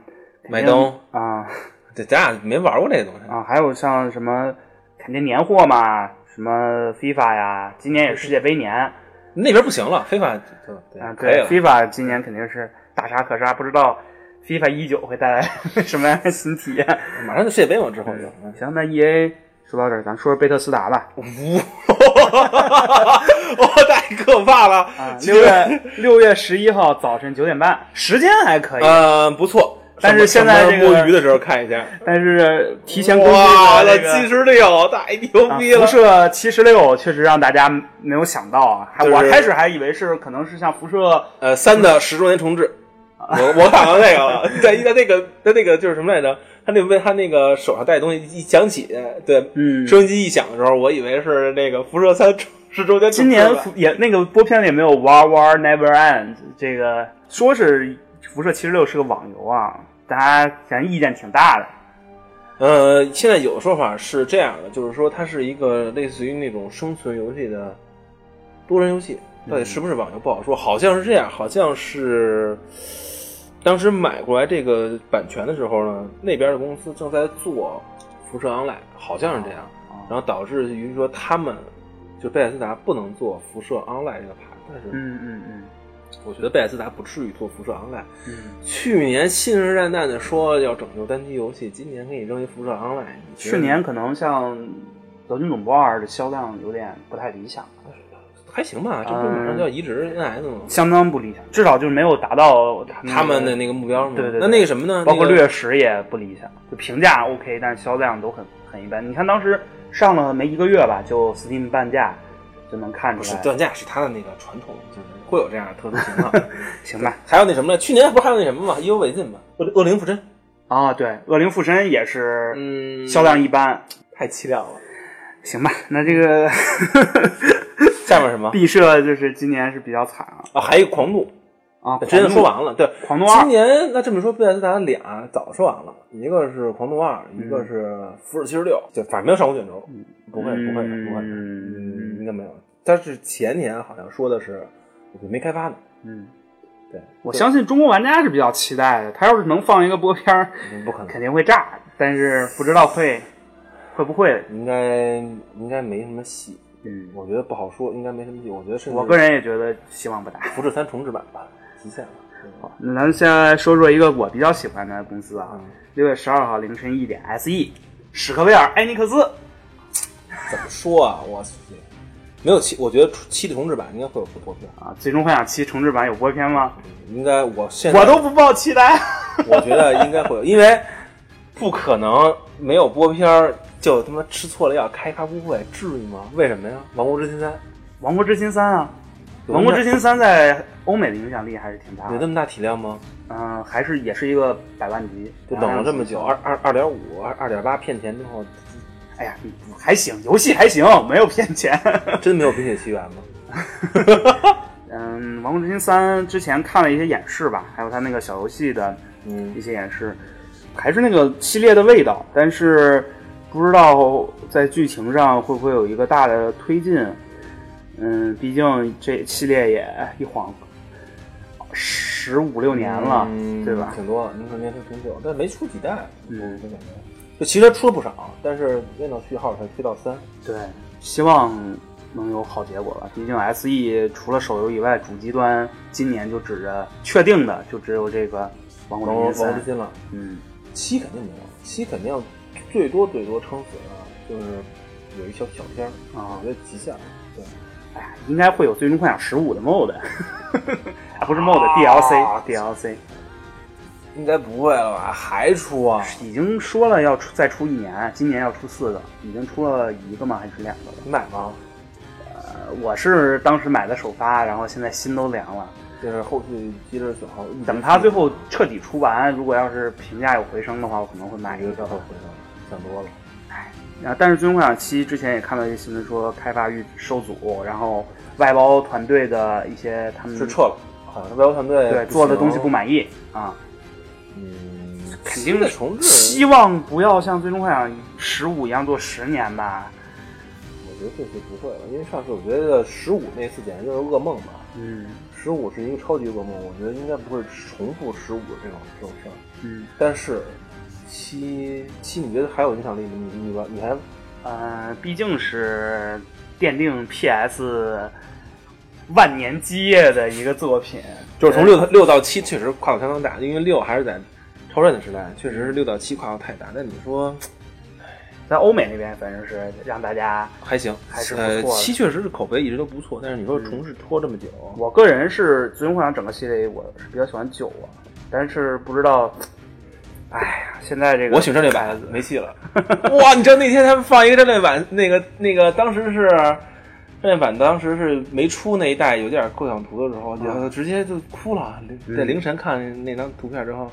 [SPEAKER 3] 麦兜
[SPEAKER 2] 啊
[SPEAKER 3] 对，咱俩没玩过这个东西，
[SPEAKER 2] 啊，还有像什么肯定年货嘛，什么 FIFA 呀，今年也是世界杯年啊，
[SPEAKER 3] 那边不行了，非法对对、可以
[SPEAKER 2] 对
[SPEAKER 3] 了。
[SPEAKER 2] ，FIFA 今年肯定是大杀可杀，不知道 FIFA 一九会带来 什么样的新体验。
[SPEAKER 3] 马上就世界杯嘛，之后就。嗯
[SPEAKER 2] 行，那 EA 说到这儿，咱说说贝特斯达吧。啊
[SPEAKER 3] 呜，我太可怕了！
[SPEAKER 2] 啊六月六月十一号早晨九点半，时间还可以，
[SPEAKER 3] 呃，不错，
[SPEAKER 2] 哎但是现在
[SPEAKER 3] 上班
[SPEAKER 2] 这个
[SPEAKER 3] 摸鱼的时候看一下，
[SPEAKER 2] 但是提前公布
[SPEAKER 3] 哇，
[SPEAKER 2] 的
[SPEAKER 3] 那
[SPEAKER 2] 这个
[SPEAKER 3] 七十六，太牛逼
[SPEAKER 2] 啊辐
[SPEAKER 3] 了！
[SPEAKER 2] 射七十六确实让大家没有想到啊，还
[SPEAKER 3] 就是
[SPEAKER 2] 我开始还以为是可能是像辐射
[SPEAKER 3] 呃，三的十周年重置，
[SPEAKER 2] 啊
[SPEAKER 3] 我我看完那个了，在在那个在那个就是什么来着？他那为他那个手上戴的东西一响起，对，
[SPEAKER 2] 嗯
[SPEAKER 3] 收音机一响的时候，我以为是那个辐射三十周年重置版。
[SPEAKER 2] 今年 辐也那个播片里也没有《War War Never End》这个，说是辐射七十六是个网游啊，大家反正意见挺大的。
[SPEAKER 3] 呃，现在有的说法是这样的，就是说它是一个类似于那种生存游戏的多人游戏，嗯到
[SPEAKER 2] 嗯
[SPEAKER 3] 底是不是网游不好说，好像是这样，好像是当时买过来这个版权的时候呢，那边的公司正在做辐射 online，好像是这样，
[SPEAKER 2] 哦
[SPEAKER 3] 然后导致于说他们就贝塞斯达不能做辐射 online 这个牌，但是
[SPEAKER 2] 嗯嗯嗯
[SPEAKER 3] 我觉得贝塞斯达不至于做辐射 online。
[SPEAKER 2] 嗯，
[SPEAKER 3] 去年信誓旦旦的说要拯救单机游戏，今年给你扔一辐射 online，你觉得
[SPEAKER 2] 去年可能像《德军总部二》的销量有点不太理想，
[SPEAKER 3] 还行吧，这不是马上就要移植 NS 吗？
[SPEAKER 2] 相当不理想，至少就是没有达到
[SPEAKER 3] 他们
[SPEAKER 2] 的
[SPEAKER 3] 的那个目标吗？
[SPEAKER 2] 对对对
[SPEAKER 3] 那那个什么呢？
[SPEAKER 2] 包括
[SPEAKER 3] 那个
[SPEAKER 2] 掠食也不理想，就评价 OK，但是销量都很很一般。你看当时上了没一个月吧，就 Steam 半价就能看
[SPEAKER 3] 不
[SPEAKER 2] 出
[SPEAKER 3] 是
[SPEAKER 2] 来，
[SPEAKER 3] 断价是他的那个传统，就是会有这样的特殊情 况。
[SPEAKER 2] 行吧？
[SPEAKER 3] 还有那什么呢？去年不是还有那什么吗？意？E 犹未尽嘛，恶恶灵附身，
[SPEAKER 2] 啊，对，恶灵附身也是
[SPEAKER 3] 嗯，
[SPEAKER 2] 销量一般，
[SPEAKER 3] 太凄凉了。
[SPEAKER 2] 行吧？那这个
[SPEAKER 3] 下面什么？
[SPEAKER 2] 毕设就是今年是比较惨啊
[SPEAKER 3] 啊，还有狂怒，
[SPEAKER 2] 啊，
[SPEAKER 3] 之前
[SPEAKER 2] 狂怒
[SPEAKER 3] 说完了，对，
[SPEAKER 2] 狂怒二
[SPEAKER 3] 今年那这么说，贝斯达俩早说完了，一个是狂怒二，一个是辐射七十六，就反正没有上过卷轴，不会不会的不会的，
[SPEAKER 2] 嗯
[SPEAKER 3] 嗯嗯，应该没有。但是前年好像说的是，我就没开发呢。
[SPEAKER 2] 嗯，
[SPEAKER 3] 对，
[SPEAKER 2] 我相信中国玩家是比较期待的，他要是能放一个播片儿，
[SPEAKER 3] 嗯不可能，
[SPEAKER 2] 肯定会炸，但是不知道会会不会。
[SPEAKER 3] 应该应该没什么戏，
[SPEAKER 2] 嗯，
[SPEAKER 3] 我觉得不好说，应该没什么戏。我觉得甚至
[SPEAKER 2] 我个人也觉得希望不大。
[SPEAKER 3] 辐射三重置版吧，极限了。嗯
[SPEAKER 2] 那咱们先来说说一个我比较喜欢的公司啊
[SPEAKER 3] 嗯，
[SPEAKER 2] 六月十二号凌晨一点，SE 史克威尔艾尼克斯，
[SPEAKER 3] 怎么说啊？我没有七，我觉得七的重置版应该会有不错片，
[SPEAKER 2] 啊，《最终幻想七》重置版有播片吗？
[SPEAKER 3] 应该我现在
[SPEAKER 2] 我都不抱期待。
[SPEAKER 3] 我觉得应该会有，因为不可能没有播片儿就他妈吃错了药开发布会，至于吗？为什么呀？《王国之心三》
[SPEAKER 2] 《王国之心三》啊，《
[SPEAKER 3] 有
[SPEAKER 2] 王国之心三》在欧美的影响力还是挺大
[SPEAKER 3] 有
[SPEAKER 2] 的，
[SPEAKER 3] 那么大体量吗？
[SPEAKER 2] 嗯、还是也是一个百万级。
[SPEAKER 3] 就等了这么久，二，
[SPEAKER 2] 啊
[SPEAKER 3] 二二点五、二二点八骗钱之后，
[SPEAKER 2] 哎呀，还行，游戏还行， 没有骗钱。
[SPEAKER 3] 真没有《冰雪奇缘》吗？
[SPEAKER 2] 嗯，《王国之心三》之前看了一些演示吧，还有它那个小游戏的一
[SPEAKER 3] 嗯，
[SPEAKER 2] 些演示，还是那个系列的味道，但是不知道在剧情上会不会有一个大的推进。嗯，毕竟这系列也一晃十五六年了，
[SPEAKER 3] 嗯
[SPEAKER 2] 对吧？
[SPEAKER 3] 挺多了，您说年头挺久，但没出几代，
[SPEAKER 2] 嗯
[SPEAKER 3] 我感觉。就其实出了不少，但是电脑序号才推到三，
[SPEAKER 2] 对，希望能有好结果吧。毕竟 SE 除了手游以外，主机端今年就指着确定的就只有这个《王国
[SPEAKER 3] 王
[SPEAKER 2] 荣
[SPEAKER 3] 王
[SPEAKER 2] 耀
[SPEAKER 3] 国
[SPEAKER 2] 三
[SPEAKER 3] 之》。心了，
[SPEAKER 2] 嗯，
[SPEAKER 3] 七肯定没有，七肯定最多最多撑死了就是有一小小片儿，
[SPEAKER 2] 啊
[SPEAKER 3] 我觉得极限了。对，
[SPEAKER 2] 哎呀，应该会有《最终幻想十五》的 MOD，啊不是 MOD，DLC，DLC、
[SPEAKER 3] 啊
[SPEAKER 2] DLC
[SPEAKER 3] 应该不会了吧？还出啊？
[SPEAKER 2] 已经说了要出再出一年，今年要出四个，已经出了一个吗？还是两个了？
[SPEAKER 3] 你买吗？
[SPEAKER 2] 呃我是当时买的首发，然后现在心都凉了。
[SPEAKER 3] 就是后续机制损耗，
[SPEAKER 2] 等它最后彻底出完，如果要是评价有回升的话，我可能会买
[SPEAKER 3] 买
[SPEAKER 2] 一
[SPEAKER 3] 一个
[SPEAKER 2] 个
[SPEAKER 3] 票头回上，想多了。
[SPEAKER 2] 啊，但是《最终幻想七》之前也看到一个新闻说开发欲受阻，然后外包团队的一些他们
[SPEAKER 3] 是撤了，好像是外国团队
[SPEAKER 2] 嗯对
[SPEAKER 3] 不
[SPEAKER 2] 做的
[SPEAKER 3] 行
[SPEAKER 2] 东西不，满意啊，
[SPEAKER 3] 嗯，
[SPEAKER 2] 肯定
[SPEAKER 3] 的重置
[SPEAKER 2] 希，望不要像《最终幻想十五》一样做十年吧。
[SPEAKER 3] 我觉得这次不会了，因为上次我觉得十五那次简直就是噩梦吧。
[SPEAKER 2] 嗯
[SPEAKER 3] 十五是一个超级噩梦，我觉得应该不会重复十五这种这种事儿。
[SPEAKER 2] 嗯
[SPEAKER 3] 但是七七，你觉得还有影响力吗？你你玩你还
[SPEAKER 2] 呃，毕竟是奠定 PS 万年基业的一个作品，
[SPEAKER 3] 就是从六六到七确实跨度相当大，因为六还是在超任的时代，确实是六到七跨度太大。但你说
[SPEAKER 2] 在欧美那边反正是让大家，
[SPEAKER 3] 还行，
[SPEAKER 2] 还是不
[SPEAKER 3] 呃
[SPEAKER 2] 错的
[SPEAKER 3] 七确实是口碑一直都不错，但是你说重置拖这么久，
[SPEAKER 2] 我个人是《最终幻想》整个系列我是比较喜欢九啊，但是不知道，哎呀，现在这个
[SPEAKER 3] 我选战略版没戏了。哇，你知道那天他们放一个战略版，那个那个当时是战略版，当时是没出那一代有点构想图的时候，
[SPEAKER 2] 啊
[SPEAKER 3] 就直接就哭了。
[SPEAKER 2] 嗯
[SPEAKER 3] 在凌晨看那张图片之后，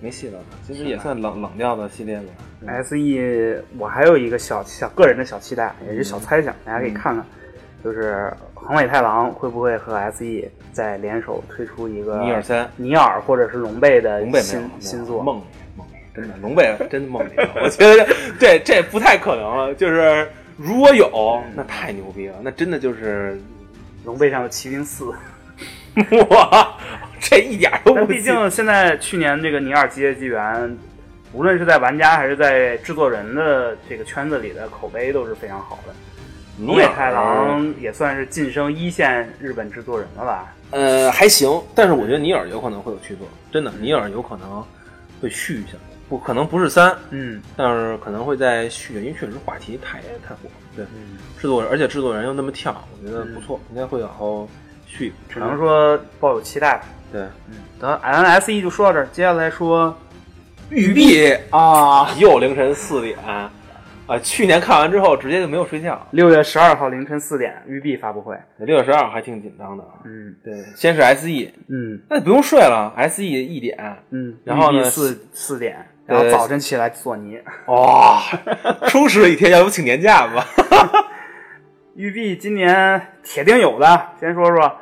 [SPEAKER 3] 没戏了。其实也算冷冷掉的系列了。
[SPEAKER 2] S E，我还有一个小小个人的小期待，也是
[SPEAKER 3] 嗯
[SPEAKER 2] 小猜想，大家可以看看，就是横尾太郎会不会和 S E 再联手推出一个
[SPEAKER 3] 尼尔三
[SPEAKER 2] 尼尔或者是龙贝的
[SPEAKER 3] 龙背没有
[SPEAKER 2] 啊新
[SPEAKER 3] 没有
[SPEAKER 2] 新作？
[SPEAKER 3] 梦里梦里真的龙背真的梦里了。我觉得这这不太可能了。就是如果有，
[SPEAKER 2] 嗯
[SPEAKER 3] 那太牛逼了，那真的 就是
[SPEAKER 2] 龙背上有骑兵四，
[SPEAKER 3] 哇，这一点 都
[SPEAKER 2] 但
[SPEAKER 3] 不
[SPEAKER 2] 毕
[SPEAKER 3] 信
[SPEAKER 2] 竟现在去年这个尼尔机械纪元，无论是在玩家还是在制作人的这个圈子里的口碑都是非常好的。龙尾太
[SPEAKER 3] 嗯
[SPEAKER 2] 郎也算是晋升一线日本制作人了吧？
[SPEAKER 3] 呃，还行，但是我觉得尼尔有可能会有续作，真的，尼尔有可能会续一下，不可能不是三，
[SPEAKER 2] 嗯
[SPEAKER 3] 但是可能会再续，因为确实话题太太火，对，
[SPEAKER 2] 嗯。
[SPEAKER 3] 制作人，而且制作人又那么跳，我觉得不错，应该会往后续，
[SPEAKER 2] 只能说抱有期待吧。
[SPEAKER 3] 对，
[SPEAKER 2] 得 NSE 就说到这儿，接下来说
[SPEAKER 3] 玉璧
[SPEAKER 2] 啊，
[SPEAKER 3] 又凌晨四点，啊、去年看完之后直接就没有睡觉，
[SPEAKER 2] 六月十二号凌晨四点育碧发布会。
[SPEAKER 3] 六月十二还挺紧张的，啊
[SPEAKER 2] 嗯
[SPEAKER 3] 对，先是 S E，
[SPEAKER 2] 嗯
[SPEAKER 3] 那不用睡了，S E 一点，
[SPEAKER 2] 嗯，
[SPEAKER 3] 然后呢
[SPEAKER 2] 育碧四四点，然后
[SPEAKER 3] 呃
[SPEAKER 2] 早晨起来索尼。
[SPEAKER 3] 哇、充实了一天，要不请年假吧？
[SPEAKER 2] 育碧今年铁定有的，先说说《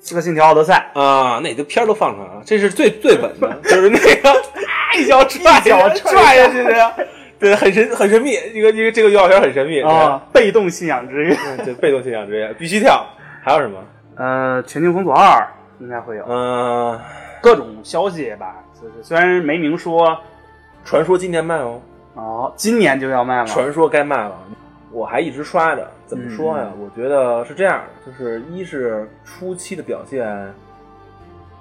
[SPEAKER 2] 刺客信条：奥德赛
[SPEAKER 3] 啊，那你的片儿都放出来了，这是最最稳的，就是那个啊一脚踹
[SPEAKER 2] 一脚踹
[SPEAKER 3] 踹下去的，对，很神很神秘，这个这个这个预告片很神秘》
[SPEAKER 2] 啊，被动信仰之约。
[SPEAKER 3] 对，对被动信仰之夜必须跳，还有什么？
[SPEAKER 2] 呃，《全境封锁二》应该会有
[SPEAKER 3] 嗯、
[SPEAKER 2] 各种消息吧，就是虽然没明说，
[SPEAKER 3] 传说今年卖哦，
[SPEAKER 2] 哦，今年就要卖了。
[SPEAKER 3] 传说该卖了，我还一直刷着。怎么说呀？我觉得是这样的，就是一是初期的表现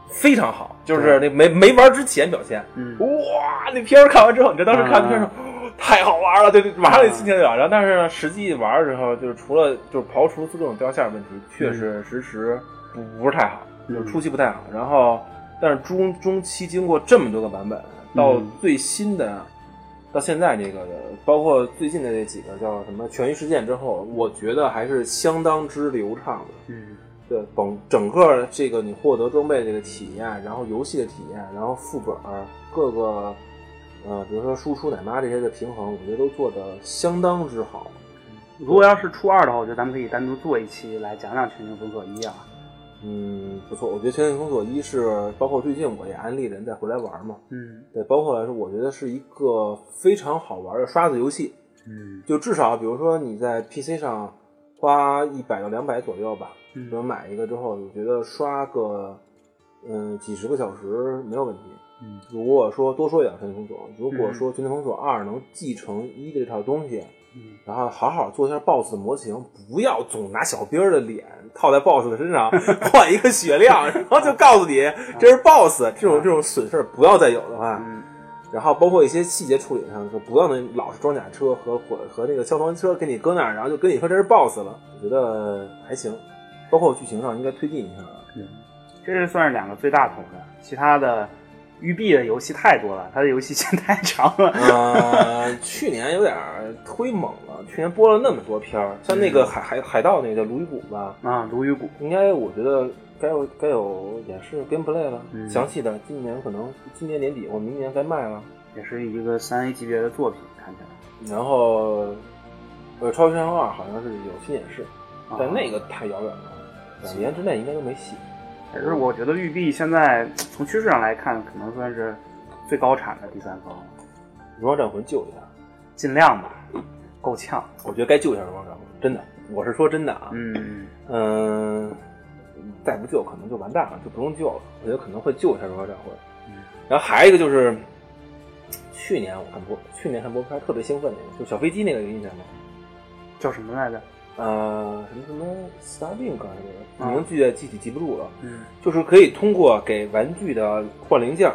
[SPEAKER 3] 非常好，就是那没没玩之前表现，
[SPEAKER 2] 嗯
[SPEAKER 3] 哇，那片儿看完之后，你知道当时看片儿、哦太好玩了，对对，马上
[SPEAKER 2] 嗯
[SPEAKER 3] 就心情就好。然后但是呢，实际玩的时候，就是除了就是刨除各种掉线问题，确实实时不不是太好，
[SPEAKER 2] 嗯
[SPEAKER 3] 就是初期不太好。然后但是中中期经过这么多个版本，到
[SPEAKER 2] 嗯
[SPEAKER 3] 最新的。到现在这个的，包括最近的这几个叫什么《全域事件》之后，我觉得还是相当之流畅的。
[SPEAKER 2] 嗯
[SPEAKER 3] 对，整整个这个你获得装备这个体验，然后游戏的体验，然后副本儿各个，呃，比如说输出奶妈这些的平衡，我觉得都做得相当之好。
[SPEAKER 2] 如果要是初二的话，我觉得咱们可以单独做一期来讲讲《全球封锁一》啊。
[SPEAKER 3] 嗯，不错，我觉得《全境封锁一》是包括最近我也安利人再回来玩嘛，
[SPEAKER 2] 嗯
[SPEAKER 3] 对，包括来说，我觉得是一个非常好玩的刷子游戏。
[SPEAKER 2] 嗯
[SPEAKER 3] 就至少比如说你在 PC 上花一百到两百左右吧，
[SPEAKER 2] 嗯
[SPEAKER 3] 比如买一个之后，你觉得刷个嗯，几十个小时没有问题。
[SPEAKER 2] 嗯，
[SPEAKER 3] 如果说多说一点《全球封锁》，如果说《全球封锁二》能继承一的这套东西，
[SPEAKER 2] 嗯，
[SPEAKER 3] 然后好好做一下 BOSS 模型，不要总拿小兵儿的脸套在 BOSS 的身上，换一个血量，然后就告诉你这是 BOSS，这种这种损事儿不要再有的话，
[SPEAKER 2] 嗯
[SPEAKER 3] 然后包括一些细节处理上，说不要那老是装甲车和火和那个消防车给你搁那儿，然后就跟你说这是 BOSS 了，我觉得还行。包括剧情上应该推进一下，
[SPEAKER 2] 这是算是两个最大头的，其他的育碧的游戏太多了，它的游戏线太长了。
[SPEAKER 3] 呃，去年有点儿忒猛了，去年播了那么多片儿，像那
[SPEAKER 2] 嗯
[SPEAKER 3] 个海海海盗那个叫《鲈鱼谷》吧，
[SPEAKER 2] 啊，鲈鱼谷，
[SPEAKER 3] 应该我觉得该有该有演示 gameplay 了，
[SPEAKER 2] 嗯
[SPEAKER 3] 详细的今年可能今年年底或明年该卖了。
[SPEAKER 2] 也是一个三 A 级别的作品，看起来。
[SPEAKER 3] 然后，呃，《超级战争二》好像是有新演示，
[SPEAKER 2] 啊
[SPEAKER 3] 但那个太遥远了，两年之内应该都没戏。
[SPEAKER 2] 可是我觉得育碧现在从趋势上来看，可能算是最高产的第三方了，
[SPEAKER 3] 《荣耀战魂》救一下，
[SPEAKER 2] 尽量吧，够呛。啊
[SPEAKER 3] 我觉得该救一下《荣耀战魂》，真的，我是说真的啊。
[SPEAKER 2] 嗯，
[SPEAKER 3] 嗯，再不救可能就完蛋了，就不用救了。我觉得可能会救一下《荣耀战魂》
[SPEAKER 2] 嗯
[SPEAKER 3] 然后还有一个就是，去年我看播，去年看播片儿特别兴奋那个，就小飞机那个有印象吗？
[SPEAKER 2] 叫什么来着？
[SPEAKER 3] 呃，什么什么 Starlink 啊那
[SPEAKER 2] 啊
[SPEAKER 3] 个，名字具体记不住了。
[SPEAKER 2] 嗯
[SPEAKER 3] 就是可以通过给玩具的换零件儿，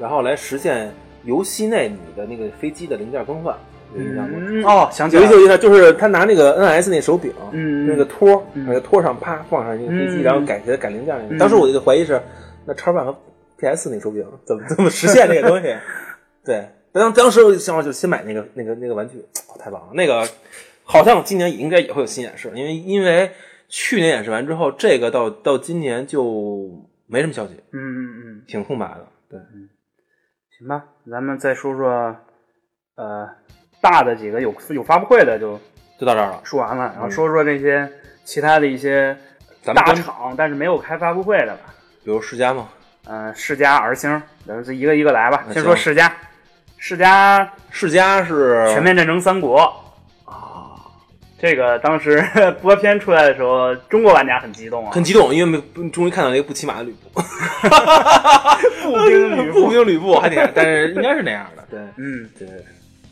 [SPEAKER 3] 然后来实现游戏内你的那个飞机的零件更换。有印象吗？
[SPEAKER 2] 嗯，哦，想起
[SPEAKER 3] 有
[SPEAKER 2] 来
[SPEAKER 3] 一次
[SPEAKER 2] 了，
[SPEAKER 3] 有印象，就是他拿那个 NS 那手柄，
[SPEAKER 2] 嗯
[SPEAKER 3] 那个托儿，
[SPEAKER 2] 嗯
[SPEAKER 3] 那个托儿上啪放上一个飞
[SPEAKER 2] 嗯
[SPEAKER 3] 机，然后改改改零件儿那
[SPEAKER 2] 嗯
[SPEAKER 3] 个。当时我就怀疑是那叉 one 和 PS 那手柄怎么怎么实现这个东西？对，当当时我就想法就先买那个那个那个玩具，哦太棒了！那个好像今年应该也会有新演示，因为因为去年演示完之后，这个到到今年就没什么消息，
[SPEAKER 2] 嗯嗯嗯，
[SPEAKER 3] 挺空白的。对，
[SPEAKER 2] 行吧，咱们再说说，呃，大的几个有有发布会的就
[SPEAKER 3] 就到这儿了。
[SPEAKER 2] 说完了，然后
[SPEAKER 3] 嗯
[SPEAKER 2] 说说这些其他的一些
[SPEAKER 3] 咱们
[SPEAKER 2] 大
[SPEAKER 3] 跟
[SPEAKER 2] 厂，但是没有开发布会的吧。
[SPEAKER 3] 比如世嘉嘛，
[SPEAKER 2] 嗯、世嘉、R 星，咱呃们一个一个来吧。
[SPEAKER 3] 嗯
[SPEAKER 2] 先说
[SPEAKER 3] 行
[SPEAKER 2] 世嘉，世嘉
[SPEAKER 3] 世嘉是
[SPEAKER 2] 《全面战争三国》
[SPEAKER 3] 啊，
[SPEAKER 2] 这个当时 播片出来的时候，中国玩家很激动啊，
[SPEAKER 3] 很激动，因为没终于看到了一个不骑马的吕布，
[SPEAKER 2] 步兵旅
[SPEAKER 3] 步
[SPEAKER 2] 步。
[SPEAKER 3] 兵吕 布还得，但是应该是那样的。对
[SPEAKER 2] 嗯，
[SPEAKER 3] 对，
[SPEAKER 2] 《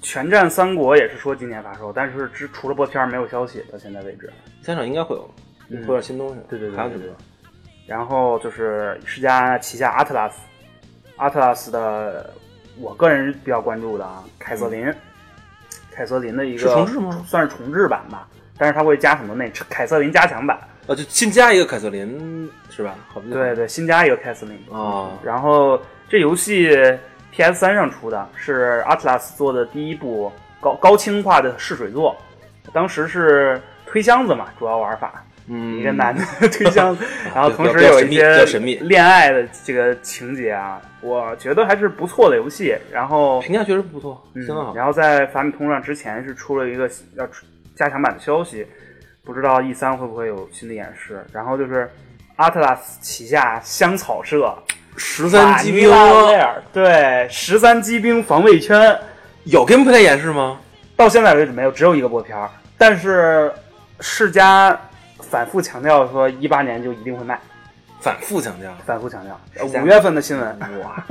[SPEAKER 2] 全战三国》也是说今年发售，但是只除了播片没有消息到现在为止。
[SPEAKER 3] 三场应该会有，会有点新东西。
[SPEAKER 2] 对对对
[SPEAKER 3] 还有几
[SPEAKER 2] 对
[SPEAKER 3] 个
[SPEAKER 2] 然后就是世嘉旗下阿特拉斯，阿特拉斯的我个人比较关注的啊，凯瑟琳，凯瑟琳的一个
[SPEAKER 3] 嗯是重置吗？
[SPEAKER 2] 算是重置版吧，但是它会加很多内凯瑟琳加强版，
[SPEAKER 3] 啊，就新加一个凯瑟琳是吧？好不
[SPEAKER 2] 对对，新加一个凯瑟琳。
[SPEAKER 3] 啊，
[SPEAKER 2] 然后这游戏 PS 三上出的是 Atlas 做的第一部高高清化的试水作，当时是推箱子嘛，主要玩法，
[SPEAKER 3] 嗯，
[SPEAKER 2] 一个男的 推箱 子，然后同
[SPEAKER 3] 比较
[SPEAKER 2] 时有一
[SPEAKER 3] 比较神秘比
[SPEAKER 2] 些
[SPEAKER 3] 较神秘
[SPEAKER 2] 恋爱的这个情节啊，我觉得还是不错的游戏。然后
[SPEAKER 3] 评价确实不错，相当
[SPEAKER 2] 嗯，
[SPEAKER 3] 好。
[SPEAKER 2] 然后在法米通上之前是出了一个要出加强版的消息，不知道 E 三会不会有新的演示。然后就是阿特拉斯旗下香草社
[SPEAKER 3] 十
[SPEAKER 2] 瓦
[SPEAKER 3] 三机
[SPEAKER 2] 尼
[SPEAKER 3] 兵
[SPEAKER 2] 拉威尔对十三机兵防卫圈，
[SPEAKER 3] 有 gameplay 演示吗？
[SPEAKER 2] 到现在为止没有，只有一个播片儿。但是世嘉反复强调说，一八年就一定会卖，
[SPEAKER 3] 反复强调，
[SPEAKER 2] 反复强调。呃
[SPEAKER 3] 世嘉
[SPEAKER 2] 五月份的新闻，
[SPEAKER 3] 哇，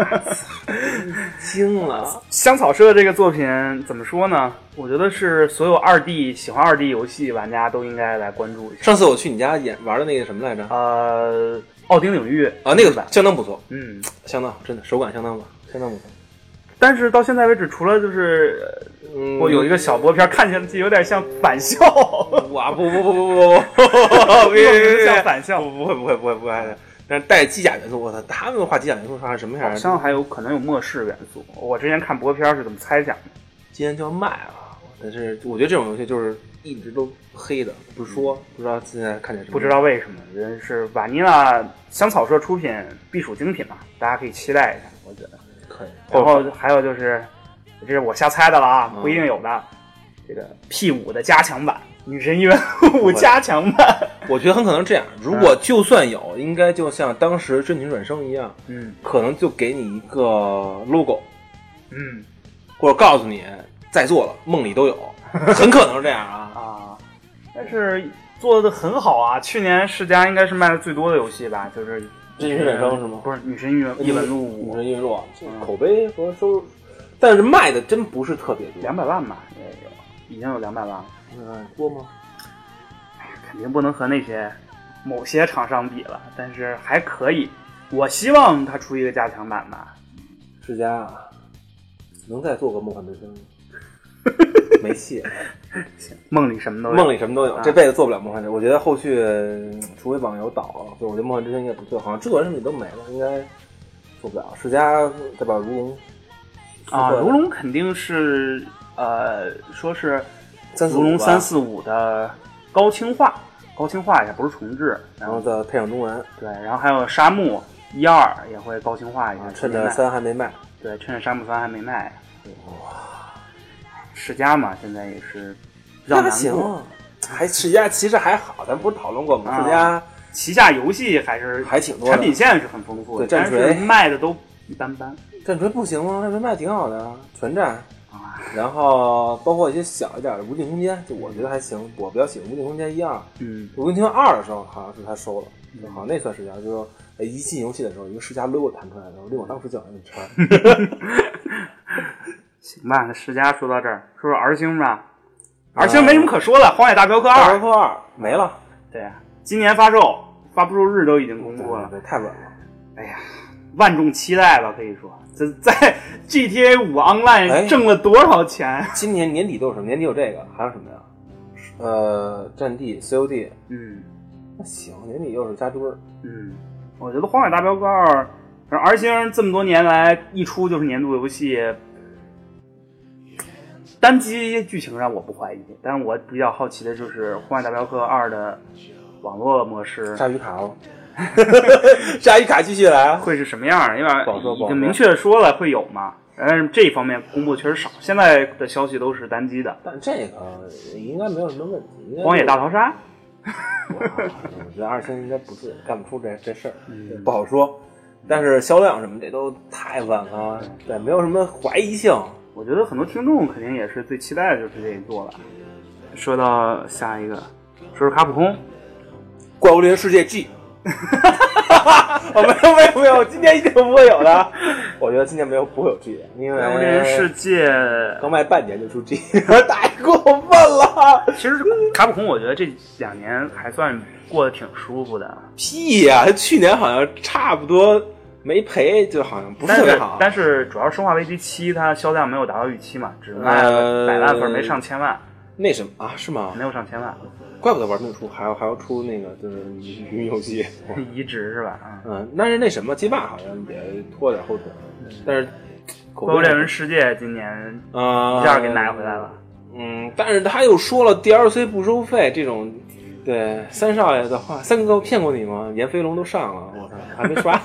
[SPEAKER 3] 惊了！
[SPEAKER 2] 香草社这个作品怎么说呢？我觉得是所有二 D 喜欢二 D 游戏玩家都应该来关注一下。
[SPEAKER 3] 上次我去你家演玩的那个什么来着？
[SPEAKER 2] 呃，奥丁领域
[SPEAKER 3] 啊，那
[SPEAKER 2] 日
[SPEAKER 3] 个
[SPEAKER 2] 版，
[SPEAKER 3] 相当不错，
[SPEAKER 2] 嗯，
[SPEAKER 3] 相当好，真的手感相当棒，相当不错。
[SPEAKER 2] 但是到现在为止，除了就是
[SPEAKER 3] 嗯，
[SPEAKER 2] 我有一个小播片，看起来有点像返校，
[SPEAKER 3] 哇，不不不不不不不，哦别别别，
[SPEAKER 2] 像返校，
[SPEAKER 3] 不会不会不会不会，但是带机甲元素，我操，他们画机甲元素画成什么样
[SPEAKER 2] 好
[SPEAKER 3] 儿？
[SPEAKER 2] 像还有可能有末世元素。我之前看播片是怎么猜想的？
[SPEAKER 3] 今天就要卖了。但是我觉得这种游戏就是一直都黑的，不说，嗯不知道现在看见什么，
[SPEAKER 2] 不知道为什么，人是瓦尼拉香草社出品必属精品嘛，大家可以期待一下，我觉得。
[SPEAKER 3] 可以。
[SPEAKER 2] 然后还有就是，这是我瞎猜的了啊，
[SPEAKER 3] 哦嗯
[SPEAKER 2] 不一定有的。这个 P 五的加强版，女神异闻五加强版，
[SPEAKER 3] 我觉得很可能这样，如果就算有，应该就像当时真情转生一样，
[SPEAKER 2] 嗯
[SPEAKER 3] 可能就给你一个 logo，
[SPEAKER 2] 嗯
[SPEAKER 3] 或者告诉你在做了，梦里都 有，很可能是这样啊。
[SPEAKER 2] 啊，但是做的很好啊，去年世嘉应该是卖的最多的游戏吧，就是
[SPEAKER 3] 真实产生是吗？
[SPEAKER 2] 不是女神异闻异闻录
[SPEAKER 3] 女
[SPEAKER 2] 五
[SPEAKER 3] 神异闻录啊，这口碑和收入，但是卖的真不是特别多，
[SPEAKER 2] 两百万吧，也有，已经有两百万了，
[SPEAKER 3] 嗯多吗？
[SPEAKER 2] 肯定不能和那些某些厂商比了，但是还可以。我希望他出一个加强版吧。
[SPEAKER 3] 世嘉啊，能再做个梦幻之 声吗？没戏了，
[SPEAKER 2] 梦里什么都有
[SPEAKER 3] 梦里什么都有
[SPEAKER 2] 啊，
[SPEAKER 3] 这辈子做不了梦幻之声。我觉得后续，嗯除非网游倒了，就我觉得梦幻之声应该不做，好像制作人什么也都没了，应该做不了。世嘉再把如龙
[SPEAKER 2] 啊，
[SPEAKER 3] 是的
[SPEAKER 2] 如龙肯定是呃，说是
[SPEAKER 3] 三四
[SPEAKER 2] 如龙
[SPEAKER 3] 吧
[SPEAKER 2] 三，四五的高清化，高清化也不是重置，然
[SPEAKER 3] 然后
[SPEAKER 2] 后
[SPEAKER 3] 再配上中文
[SPEAKER 2] 对，然后还有沙漠一二也会高清化一下，
[SPEAKER 3] 啊，趁
[SPEAKER 2] 重
[SPEAKER 3] 着
[SPEAKER 2] 新卖
[SPEAKER 3] 三还没卖，
[SPEAKER 2] 对，趁着沙漠三还没卖，世嘉嘛，现在也是比较
[SPEAKER 3] 那还
[SPEAKER 2] 难
[SPEAKER 3] 行
[SPEAKER 2] 过，
[SPEAKER 3] 啊，还世嘉其实还好，咱不是讨论过吗？
[SPEAKER 2] 啊
[SPEAKER 3] 世嘉
[SPEAKER 2] 旗下游戏还是
[SPEAKER 3] 还挺多的
[SPEAKER 2] 产品线是很丰富的，
[SPEAKER 3] 对
[SPEAKER 2] 但
[SPEAKER 3] 战
[SPEAKER 2] 是
[SPEAKER 3] 锤
[SPEAKER 2] 卖的都一般般
[SPEAKER 3] 战锤不行吗？战锤卖挺好的啊，全战。
[SPEAKER 2] 啊，
[SPEAKER 3] 然后包括一些小一点的《无尽空间》，就我觉得还行，我比较喜欢《无尽空间一二》。
[SPEAKER 2] 嗯
[SPEAKER 3] 《无尽空间二》的时候好像是他收了，就好像那算世嘉，就是说哎一进游戏的时候，一个世嘉 logo 弹出来的时候，令我当时就想一圈。
[SPEAKER 2] 行吧，那世嘉说到这儿，说说 R 星吧，R
[SPEAKER 3] 呃
[SPEAKER 2] 星没什么可说了，荒野大镖客
[SPEAKER 3] 大
[SPEAKER 2] 二》
[SPEAKER 3] 镖客二没了，
[SPEAKER 2] 对啊，今年发售，发布日都已经公布了，
[SPEAKER 3] 对，太稳了。
[SPEAKER 2] 哎呀，万众期待吧，可以说这在 GTA 五 Online
[SPEAKER 3] 哎
[SPEAKER 2] 挣了多少钱？
[SPEAKER 3] 今年年底都有什么？年底有这个，还有什么呀？呃，战地 COD，
[SPEAKER 2] 嗯
[SPEAKER 3] 那行，年底又是 加堆儿。
[SPEAKER 2] 嗯，我觉得《荒野大镖客二》反正 R 星这么多年来一出就是年度游戏，单机剧情上我不怀疑，但我比较好奇的就是《荒野大镖客二》的网络模式
[SPEAKER 3] 鲨鱼卡哦，鲨鱼卡继续来啊！
[SPEAKER 2] 会是什么样儿？因
[SPEAKER 3] 不好说
[SPEAKER 2] 为
[SPEAKER 3] 不
[SPEAKER 2] 已经
[SPEAKER 3] 好说
[SPEAKER 2] 明确说了会有嘛，但是这方面公布确实少，现在的消息都是单机的，
[SPEAKER 3] 但这个应该没有什么问题。应
[SPEAKER 2] 《
[SPEAKER 3] 该就
[SPEAKER 2] 荒野大逃杀》。
[SPEAKER 3] 我觉得二星应该不是干不出这这事儿，
[SPEAKER 2] 嗯
[SPEAKER 3] 不好说。但是销量什么这都太稳了，对，没有什么怀疑性。
[SPEAKER 2] 我觉得很多听众肯定也是最期待的就是这一座了。说到下一个，说说卡普空，
[SPEAKER 3] 怪物猎人世界 G，哦，没有没有没有，今年一定不会有的。 我觉得今年没有不会有 G 的，因为
[SPEAKER 2] 怪物猎人世界，
[SPEAKER 3] 刚卖半年就出 G，太过分了！
[SPEAKER 2] 其实卡普空我觉得这两年还算过得挺舒服的，
[SPEAKER 3] 屁呀、去年好像差不多没赔，就好像不是
[SPEAKER 2] 但
[SPEAKER 3] 特别
[SPEAKER 2] 是
[SPEAKER 3] 好。啊
[SPEAKER 2] 但是主要是《生化危机七》它销量没有达到预期嘛，只卖了
[SPEAKER 3] 呃
[SPEAKER 2] 百万份，没上千万，
[SPEAKER 3] 那什么啊？是吗？
[SPEAKER 2] 没有上千万，
[SPEAKER 3] 怪不得玩命出还要还要出那个就是 云游戏。
[SPEAKER 2] 移植是吧？啊，
[SPEAKER 3] 嗯，但是那什么，街霸好像也拖点后腿，
[SPEAKER 2] 嗯
[SPEAKER 3] 但是口
[SPEAKER 2] 怪物
[SPEAKER 3] 碑
[SPEAKER 2] 猎人世界今年
[SPEAKER 3] 啊，
[SPEAKER 2] 一下给拿回来了。。
[SPEAKER 3] 嗯，但是他又说了 DLC 不收费这种，对三少爷的话，三哥骗过你吗？连飞龙都上了，我操，还没刷，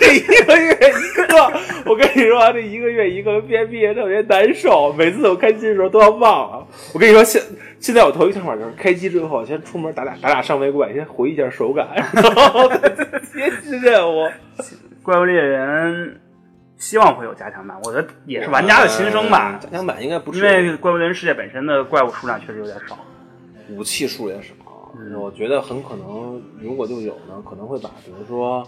[SPEAKER 3] 这一个月一个，我跟你说，这一个月一个 VIP 特别难受，每次我开机的时候都要忘了。我跟你说，现现在我头一想法就是开机之后先出门打打打打上位怪，先回忆一下手感，然后再接新任务。
[SPEAKER 2] 怪物猎人希望会有加强版，我觉得也是玩家的心声吧。
[SPEAKER 3] 呃加强版应该不至
[SPEAKER 2] 因
[SPEAKER 3] 于
[SPEAKER 2] 为怪物猎人世界本身的怪物数量确实有点少，
[SPEAKER 3] 武器数也少，
[SPEAKER 2] 嗯
[SPEAKER 3] 我觉得很可能如果就有呢，可能会把比如说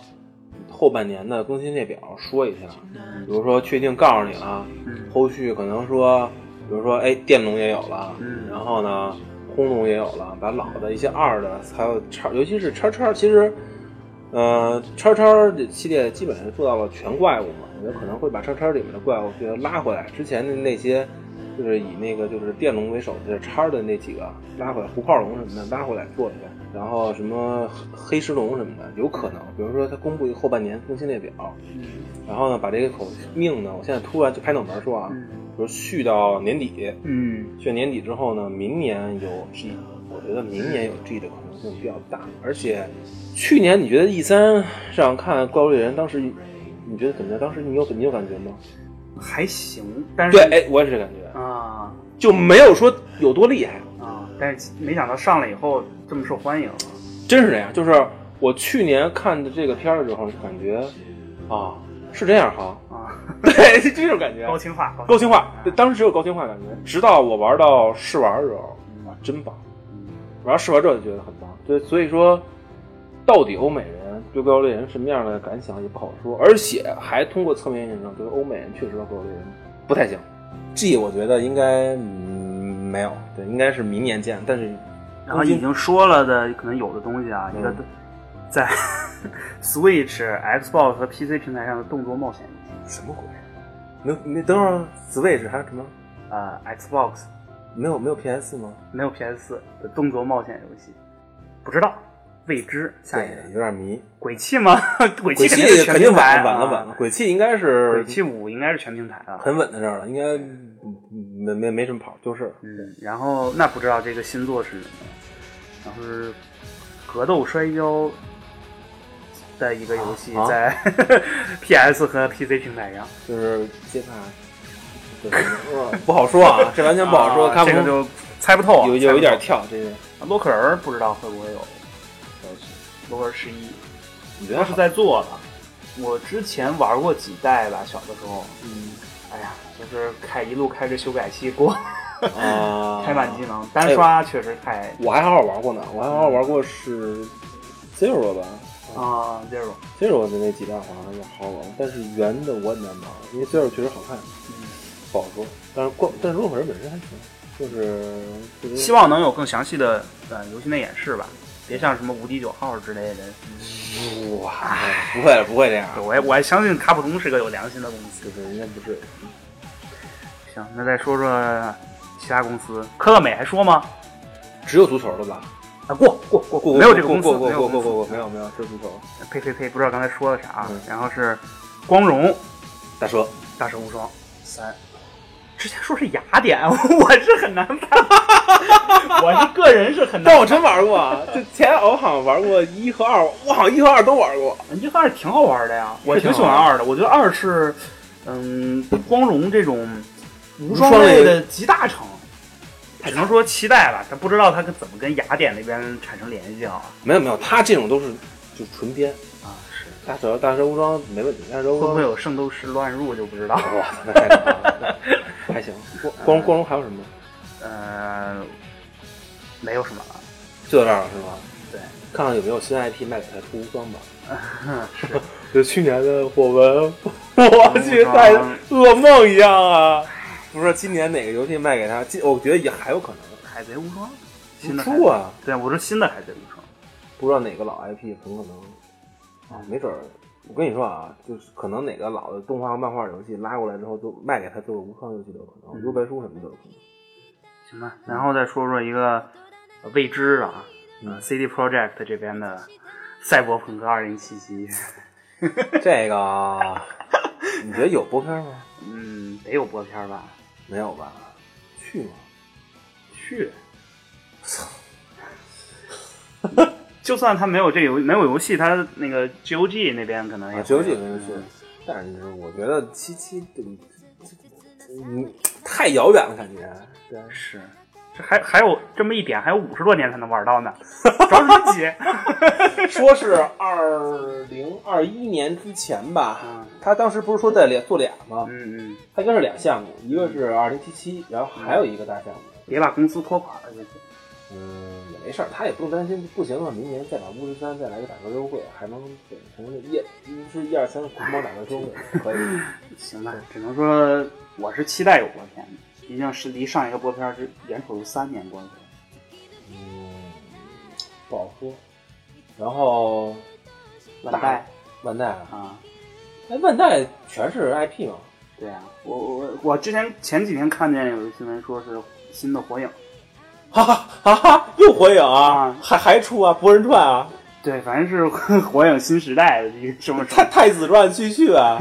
[SPEAKER 3] 后半年的更新列表说一下，
[SPEAKER 2] 嗯
[SPEAKER 3] 比如说确定告诉你了，后续可能说，比如说哎电龙也有了，然后呢轰龙也有了，把老的一些二的还有叉，尤其是叉叉，其实。呃，叉叉这系列基本上做到了全怪物嘛，我觉得可能会把叉叉里面的怪物给拉回来。之前的那些，就是以那个就是电龙为首的叉的那几个拉回来，虎炮龙什么的拉回来做一下，然后什么黑黑石龙什么的，有可能，比如说他公布一个后半年更新列表，然后呢把这个口命呢，我现在突然就拍脑门说啊，比如续到年底，
[SPEAKER 2] 嗯，
[SPEAKER 3] 去年底之后呢，明年有 G，我觉得明年有 G 的可能性比较大。而且去年你觉得 E 三上看《怪物猎人》，当时你觉得怎么样？当时你有你有感觉吗？
[SPEAKER 2] 还行，但是
[SPEAKER 3] 对，哎，我也是这感觉，
[SPEAKER 2] 啊
[SPEAKER 3] 就没有说有多厉害，
[SPEAKER 2] 啊，但是没想到上来以后这么受欢迎，
[SPEAKER 3] 真是这样。就是我去年看的这个片儿的时候，感觉啊是这样哈，
[SPEAKER 2] 啊，
[SPEAKER 3] 对，是这种感觉，
[SPEAKER 2] 高清化，
[SPEAKER 3] 高清化，对，当时只有高清化感觉。直到我玩到试玩的时候，啊，真棒！玩到试玩之后就觉得很棒。对，所以说，到底欧美人对怪物猎人什么样的感想也不好说，而且还通过侧面验证，对欧美人确实和怪物猎人不太行。G 我觉得应该嗯没有，对，应该是明年见，但是
[SPEAKER 2] 然后已经说了的，可能有的东西啊，一个
[SPEAKER 3] 嗯
[SPEAKER 2] 在 Switch、Xbox 和 PC 平台上的动作冒险游戏
[SPEAKER 3] 什么鬼？没有没等会儿 Switch 还有什么？
[SPEAKER 2] 啊、x b o x
[SPEAKER 3] 没有没有 PS 吗？
[SPEAKER 2] 没有 PS 的动作冒险游戏，不知道，未知，下一代
[SPEAKER 3] 有点迷。
[SPEAKER 2] 鬼泣吗？ 鬼
[SPEAKER 3] 鬼
[SPEAKER 2] 泣
[SPEAKER 3] 泣
[SPEAKER 2] 定是全
[SPEAKER 3] 肯定
[SPEAKER 2] 平台
[SPEAKER 3] 晚
[SPEAKER 2] 啊
[SPEAKER 3] 了晚了晚了，鬼泣应该是
[SPEAKER 2] 鬼泣五应该是全平台了。
[SPEAKER 3] 很稳在这儿了，应该嗯没没没什么跑，就是
[SPEAKER 2] 嗯，然后那不知道这个新作是什么，然后是格斗摔跤的一个游戏
[SPEAKER 3] 啊，
[SPEAKER 2] 在 PS 和 PC 平台上，
[SPEAKER 3] 就是街霸。对 嗯不好说啊，这完全不好说。
[SPEAKER 2] 啊
[SPEAKER 3] 看不
[SPEAKER 2] 这个就猜不透啊，
[SPEAKER 3] 有
[SPEAKER 2] 猜
[SPEAKER 3] 有
[SPEAKER 2] 不
[SPEAKER 3] 一点跳，这 个
[SPEAKER 2] 透洛克人不知道会不会有，洛克人十一
[SPEAKER 3] 你觉得
[SPEAKER 2] 是在做了，我之前玩过几代吧，小的时候，
[SPEAKER 3] 嗯
[SPEAKER 2] 哎呀，就是开一路开着修改器过，
[SPEAKER 3] 啊，
[SPEAKER 2] 开满技能，单刷确实太
[SPEAKER 3] 我还好好玩过呢，我还好好玩过是 Zero 吧
[SPEAKER 2] 啊，这种
[SPEAKER 3] ，Zero 的那几代好像也好好玩，但是圆的我很难玩，因为 Zero 确实好看，
[SPEAKER 2] 嗯
[SPEAKER 3] 不好说。但是光但是洛克人本身还行，就是就是
[SPEAKER 2] 希望能有更详细的呃游戏内演示吧，别像什么无敌九号之类的。啊
[SPEAKER 3] 哇，不会不会这样，
[SPEAKER 2] 我也我还相信卡普空是个有良心的公司。
[SPEAKER 3] 就是人家不是
[SPEAKER 2] 行，那再说说其他公司，科乐美还说吗？
[SPEAKER 3] 只有足球了吧？
[SPEAKER 2] 啊，过过过
[SPEAKER 3] 过
[SPEAKER 2] 没有这个公司，
[SPEAKER 3] 过过
[SPEAKER 2] 没有
[SPEAKER 3] 过
[SPEAKER 2] 公
[SPEAKER 3] 过
[SPEAKER 2] 司
[SPEAKER 3] 过过没有没有，只有足球。
[SPEAKER 2] 呸呸呸，不知道刚才说了啥啊。
[SPEAKER 3] 嗯
[SPEAKER 2] 然后是光荣
[SPEAKER 3] 大蛇，
[SPEAKER 2] 大蛇无双三，之前说是雅典， 我是很难判， 我是个人是 很难
[SPEAKER 3] 但我真玩过，啊，就前我好像玩过一和二，我好像一和二都玩过。
[SPEAKER 2] 一和二挺好玩的呀，我挺喜欢二的。我觉得二是，嗯，光荣这种无双类的集大成，只能说期待了。但不知道它跟怎么跟雅典那边产生联系啊？
[SPEAKER 3] 没有没有，他这种都是就纯编，
[SPEAKER 2] 啊，是
[SPEAKER 3] 大蛇大蛇无双没问题，大蛇
[SPEAKER 2] 会
[SPEAKER 3] 无
[SPEAKER 2] 不
[SPEAKER 3] 双
[SPEAKER 2] 会有圣斗士乱入就不知道了。
[SPEAKER 3] 哇塞，那 太可怕了还行。光光光荣还有什么？
[SPEAKER 2] 呃，没有什么了。
[SPEAKER 3] 就到这儿了是吗？
[SPEAKER 2] 对，
[SPEAKER 3] 看看有没有新 IP 卖给他出无双吧。 就去年的我 们，我去，太噩梦一样啊！不知道今年哪个游戏卖给他，今我觉得也还有可能
[SPEAKER 2] 海贼无双，新的海
[SPEAKER 3] 出
[SPEAKER 2] 贼，
[SPEAKER 3] 啊，
[SPEAKER 2] 对，我说新的海贼无双。
[SPEAKER 3] 不知道哪个老 IP 很可能啊，没准儿。我跟你说啊，就是可能哪个老的动画、漫画游戏拉过来之后，就卖给他做个无双游戏都有可能，幽白书什么都有可能。
[SPEAKER 2] 行吧，然后再说说一个呃未知啊，嗯、CD Project 这边的《赛博朋克2077》，
[SPEAKER 3] 这个，你觉得有播片吗？
[SPEAKER 2] 嗯，得有播片吧？
[SPEAKER 3] 没有吧？去吗？
[SPEAKER 2] 去，就算他没有这游没有游戏，他那个 GOG 那边可能也
[SPEAKER 3] 啊，
[SPEAKER 2] 哎会嗯
[SPEAKER 3] 只有几个人去。但是我觉得七七对，嗯，太遥远了，感觉。对，
[SPEAKER 2] 是。这还还有这么一点，还有五十多年才能玩到呢，着什么 急？
[SPEAKER 3] 说是二零二一年之前吧
[SPEAKER 2] 嗯，
[SPEAKER 3] 他当时不是说在俩做俩吗？
[SPEAKER 2] 嗯嗯，
[SPEAKER 3] 他应该是俩项目，一个是二零七七，然后还有一个大项目。
[SPEAKER 2] 别把公司拖垮了就行。
[SPEAKER 3] 嗯，也没事儿，他也不用担心，不行啊，明年再把巫师三再来个打折优惠，还能对，还能一巫师一二三捆绑打折优惠，可以。
[SPEAKER 2] 行吧，只能说我是期待有播片的，毕竟是离上一个播片是远处有三年光景。
[SPEAKER 3] 嗯，不好说。然后
[SPEAKER 2] 万代
[SPEAKER 3] 万代啊，
[SPEAKER 2] 啊，
[SPEAKER 3] 哎，万代全是 IP 嘛？
[SPEAKER 2] 对啊，我我我之前前几天看见有一个新闻说是新的火影，
[SPEAKER 3] 哈哈哈哈，又火影啊
[SPEAKER 2] 啊，
[SPEAKER 3] 还还出啊，博人传啊，
[SPEAKER 2] 对，反正是 火影新时代的一个什么什
[SPEAKER 3] 太
[SPEAKER 2] 么，
[SPEAKER 3] 太子传继续 啊，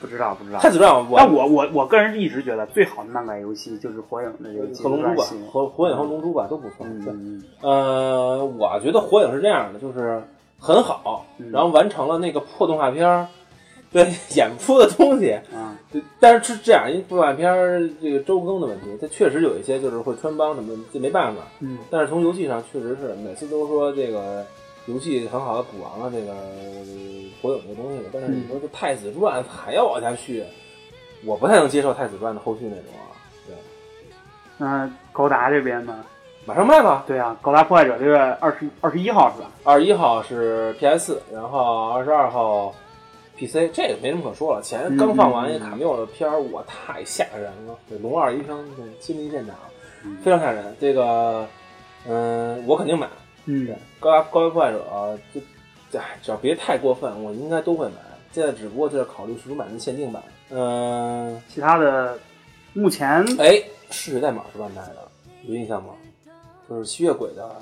[SPEAKER 2] 不知道不知道
[SPEAKER 3] 太。子传我
[SPEAKER 2] 但我我我个人一直觉得最好的漫改游戏就是火影的这个
[SPEAKER 3] 和龙珠吧
[SPEAKER 2] 系列，
[SPEAKER 3] 和火影和龙珠吧都不错。对
[SPEAKER 2] 嗯，
[SPEAKER 3] 呃，我觉得火影是这样的，就是很好，
[SPEAKER 2] 嗯
[SPEAKER 3] 然后完成了那个破动画片儿， 对演出的东西，
[SPEAKER 2] 啊，
[SPEAKER 3] 对但是是这样，因为动画片儿这个周更的问题，它确实有一些就是会穿帮什么的，这没办法。
[SPEAKER 2] 嗯，
[SPEAKER 3] 但是从游戏上确实是每次都说这个游戏很好的补完了这个火影这个东西，但是你说这太子传还要往下续，我不太能接受太子传的后续那种啊。对，
[SPEAKER 2] 那高达这边呢？
[SPEAKER 3] 马上卖吧。
[SPEAKER 2] 对啊，《高达破坏者》六月二十二十一号是吧？
[SPEAKER 3] 二十一号是 PS，然后二十二号 PC，这个没什么可说了。前刚放完一个卡缪的片儿，我太吓人了，对《龙二医生》的亲临现场，非常吓人。这个，嗯，我肯定买。
[SPEAKER 2] 嗯，
[SPEAKER 3] 高达高达破坏者就，哎，只要别太过分，我应该都会买。现在只不过就在考虑是不是买那限定版。嗯、
[SPEAKER 2] 其他的目前
[SPEAKER 3] 哎，嗜血代码是万代的，有印象吗？就是吸血鬼的，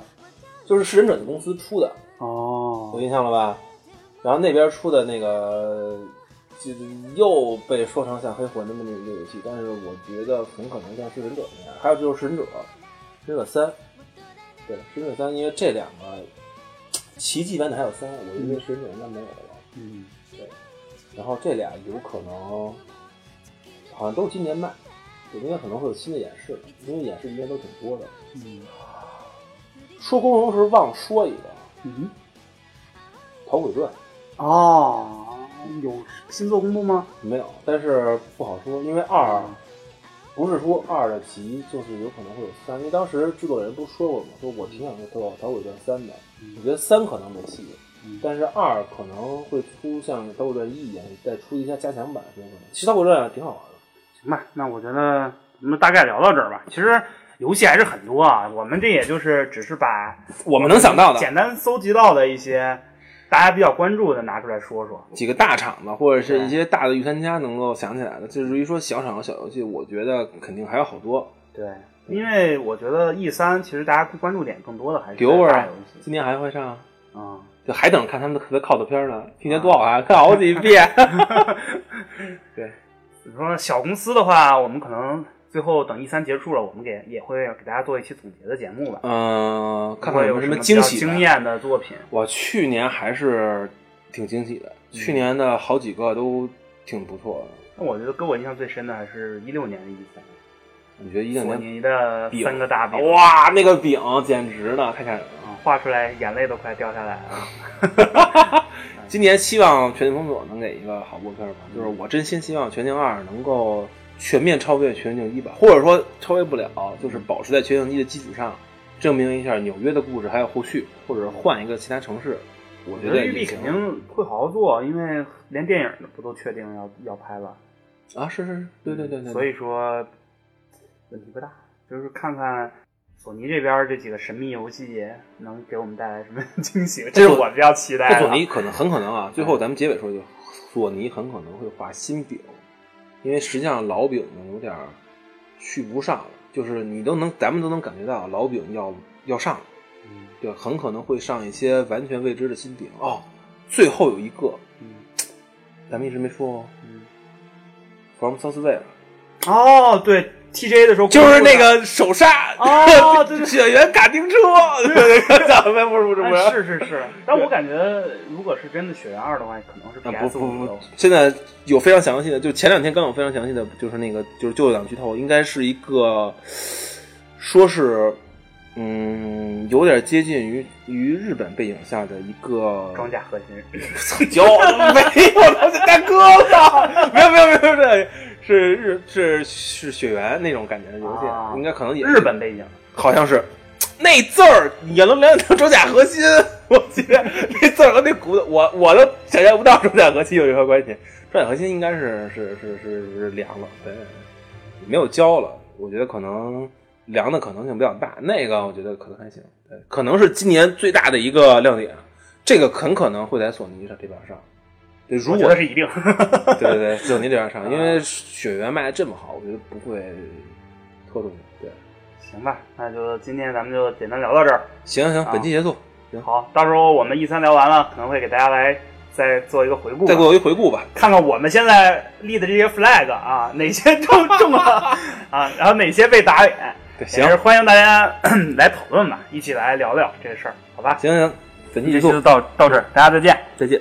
[SPEAKER 3] 就是噬人者的公司出的，有
[SPEAKER 2] 哦，
[SPEAKER 3] 印象了吧？然后那边出的那个，就又被说成像黑魂的那么一个游戏，但是我觉得很可能像噬人者那样。还有就是噬人者，噬人者三，对，噬人者三，因为这两个奇迹般的还有三，我觉得噬人者应该没有了。
[SPEAKER 2] 嗯，
[SPEAKER 3] 然后这俩有可能，好像都是今年卖，我应该可能会有新的演示，因为演示应该都挺多的。
[SPEAKER 2] 嗯
[SPEAKER 3] 说光荣时候忘说一个
[SPEAKER 2] 嗯，
[SPEAKER 3] 《逃鬼传
[SPEAKER 2] 哦，有新作公布吗？》，
[SPEAKER 3] 没有，但是不好说，因为二不是说二的急，就是有可能会有三，因为当时制作人不是说过嘛，说我挺想做《逃鬼传三》的，我觉得三可能没戏，但是二可能会出像《逃鬼传一》一样，再出一下加强版，有可能。其实《逃鬼传》挺好玩的。
[SPEAKER 2] 行吧，那我觉得咱们大概聊到这儿吧。其实游戏还是很多啊，我们这也就是只是把
[SPEAKER 3] 我们能想到的
[SPEAKER 2] 简单搜集到的一些大家比较关注的拿出来说说。
[SPEAKER 3] 几个大厂子或者是一些大的御三家能够想起来的，至于说小厂和小游戏，我觉得肯定还有好多。
[SPEAKER 2] 对，因为我觉得 E 三其实大家关注点更多的还是在
[SPEAKER 3] Dover
[SPEAKER 2] 大
[SPEAKER 3] 啊
[SPEAKER 2] 游戏
[SPEAKER 3] 今年还会上，
[SPEAKER 2] 啊。
[SPEAKER 3] 就还等着看他们的特别靠的片儿呢。今年多好啊看，看好几遍。
[SPEAKER 2] 你说小公司的话，我们可能最后等 E 三结束了，我们给也会给大家做一期总结的节目吧。
[SPEAKER 3] 嗯，看
[SPEAKER 2] 会
[SPEAKER 3] 看有
[SPEAKER 2] 有
[SPEAKER 3] 没有什
[SPEAKER 2] 么
[SPEAKER 3] 么
[SPEAKER 2] 比
[SPEAKER 3] 惊
[SPEAKER 2] 较
[SPEAKER 3] 喜。
[SPEAKER 2] 惊艳的作品。
[SPEAKER 3] 我去年还是挺惊喜的，
[SPEAKER 2] 嗯
[SPEAKER 3] 去年的好几个都挺不错的。
[SPEAKER 2] 那我觉得给我印象最深的还是一六年的 E 三，
[SPEAKER 3] 你觉得一两
[SPEAKER 2] 索
[SPEAKER 3] 年哦
[SPEAKER 2] 尼的
[SPEAKER 3] 饼
[SPEAKER 2] 三个大饼，
[SPEAKER 3] 哇，那个饼简直呢，太吓人了。
[SPEAKER 2] 啊画出来眼泪都快掉下来
[SPEAKER 3] 啊
[SPEAKER 2] 了。
[SPEAKER 3] 今年希望《全境封锁》能给一个好播片吧，
[SPEAKER 2] 嗯
[SPEAKER 3] 就是我真心希望《全境二》能够全面超越《全境一》吧，或者说超越不了，就是保持在《全境一》的基础上，证明一下纽约的故事还有后续，或者换一个其他城市，我
[SPEAKER 2] 我
[SPEAKER 3] 觉
[SPEAKER 2] 觉
[SPEAKER 3] 得
[SPEAKER 2] 得
[SPEAKER 3] 也
[SPEAKER 2] 育碧
[SPEAKER 3] 行
[SPEAKER 2] 肯定会好好做，因为连电影不都确定要要拍了，
[SPEAKER 3] 啊，是是是，对对对对，
[SPEAKER 2] 所以说问题不大，就是看看索尼这边这几个神秘游戏能给我们带来什么 惊喜，这是我比较期待
[SPEAKER 3] 这
[SPEAKER 2] 的。
[SPEAKER 3] 索尼可能很可能啊，最后咱们结尾说一句，索尼很可能会画新饼，因为实际上老饼呢有点儿续不上了，就是你都能咱们都能感觉到老饼要要上了。
[SPEAKER 2] 嗯
[SPEAKER 3] 对，很可能会上一些完全未知的新饼哦。最后有一个，
[SPEAKER 2] 嗯
[SPEAKER 3] 咱们一直没说哦
[SPEAKER 2] 嗯，
[SPEAKER 3] ，From Software，
[SPEAKER 2] 哦，对 TJ 的时候
[SPEAKER 3] 就是那个手刹，
[SPEAKER 2] 哦对对
[SPEAKER 3] 雪原卡丁车，对对对，咱们不是不是不
[SPEAKER 2] 哎
[SPEAKER 3] 是，
[SPEAKER 2] 是是是， 但我感觉如果是真的《血缘二》的话，可能是
[SPEAKER 3] 啊不
[SPEAKER 2] PS
[SPEAKER 3] 不
[SPEAKER 2] 五
[SPEAKER 3] 不，现在有非常详细的，就前两天刚有非常详细的，就是那个就是就有两剧透，应该是一个，说是，嗯，有点接近于于日本背景下的一个
[SPEAKER 2] 装甲核心，
[SPEAKER 3] 有没有东西大哥了？没有没有没有没有，是日是是雪原那种感觉的游戏，
[SPEAKER 2] 啊
[SPEAKER 3] 应该可能也是
[SPEAKER 2] 日本背景。
[SPEAKER 3] 好像是。那字儿，你能联想到 装甲核心？我觉得那字儿和那骨头，我我都想象不到装甲核心有任何关系。装甲核心应该是是是是是凉了，对，没有胶了。我觉得可能凉的可能性比较大。那个我觉得可能还行，对，可能是今年最大的一个亮点。这个很可能会在索尼上这边上。对，如
[SPEAKER 2] 我
[SPEAKER 3] 果
[SPEAKER 2] 觉得是一 啊定，
[SPEAKER 3] 对对对，索尼这边上，因为雪原卖的这么好，我觉得不会拖住你。对，
[SPEAKER 2] 行吧，那就今天咱们就简单聊到这儿。
[SPEAKER 3] 行行，本期结束。
[SPEAKER 2] 好，到时候我们 E 三聊完了，可能会给大家来再做一个回顾，
[SPEAKER 3] 再给我一回顾吧。
[SPEAKER 2] 看看我们现在立的这些 flag 啊，哪些 中中了啊，然后哪些被打脸。
[SPEAKER 3] 对，
[SPEAKER 2] 也
[SPEAKER 3] 行
[SPEAKER 2] 是欢迎大家 来讨论吧，一起来聊聊这个事儿，好吧？
[SPEAKER 3] 行行，本期
[SPEAKER 2] 这
[SPEAKER 3] 结
[SPEAKER 2] 期就
[SPEAKER 3] 束，
[SPEAKER 2] 到到这儿，大家再见。
[SPEAKER 3] 再见。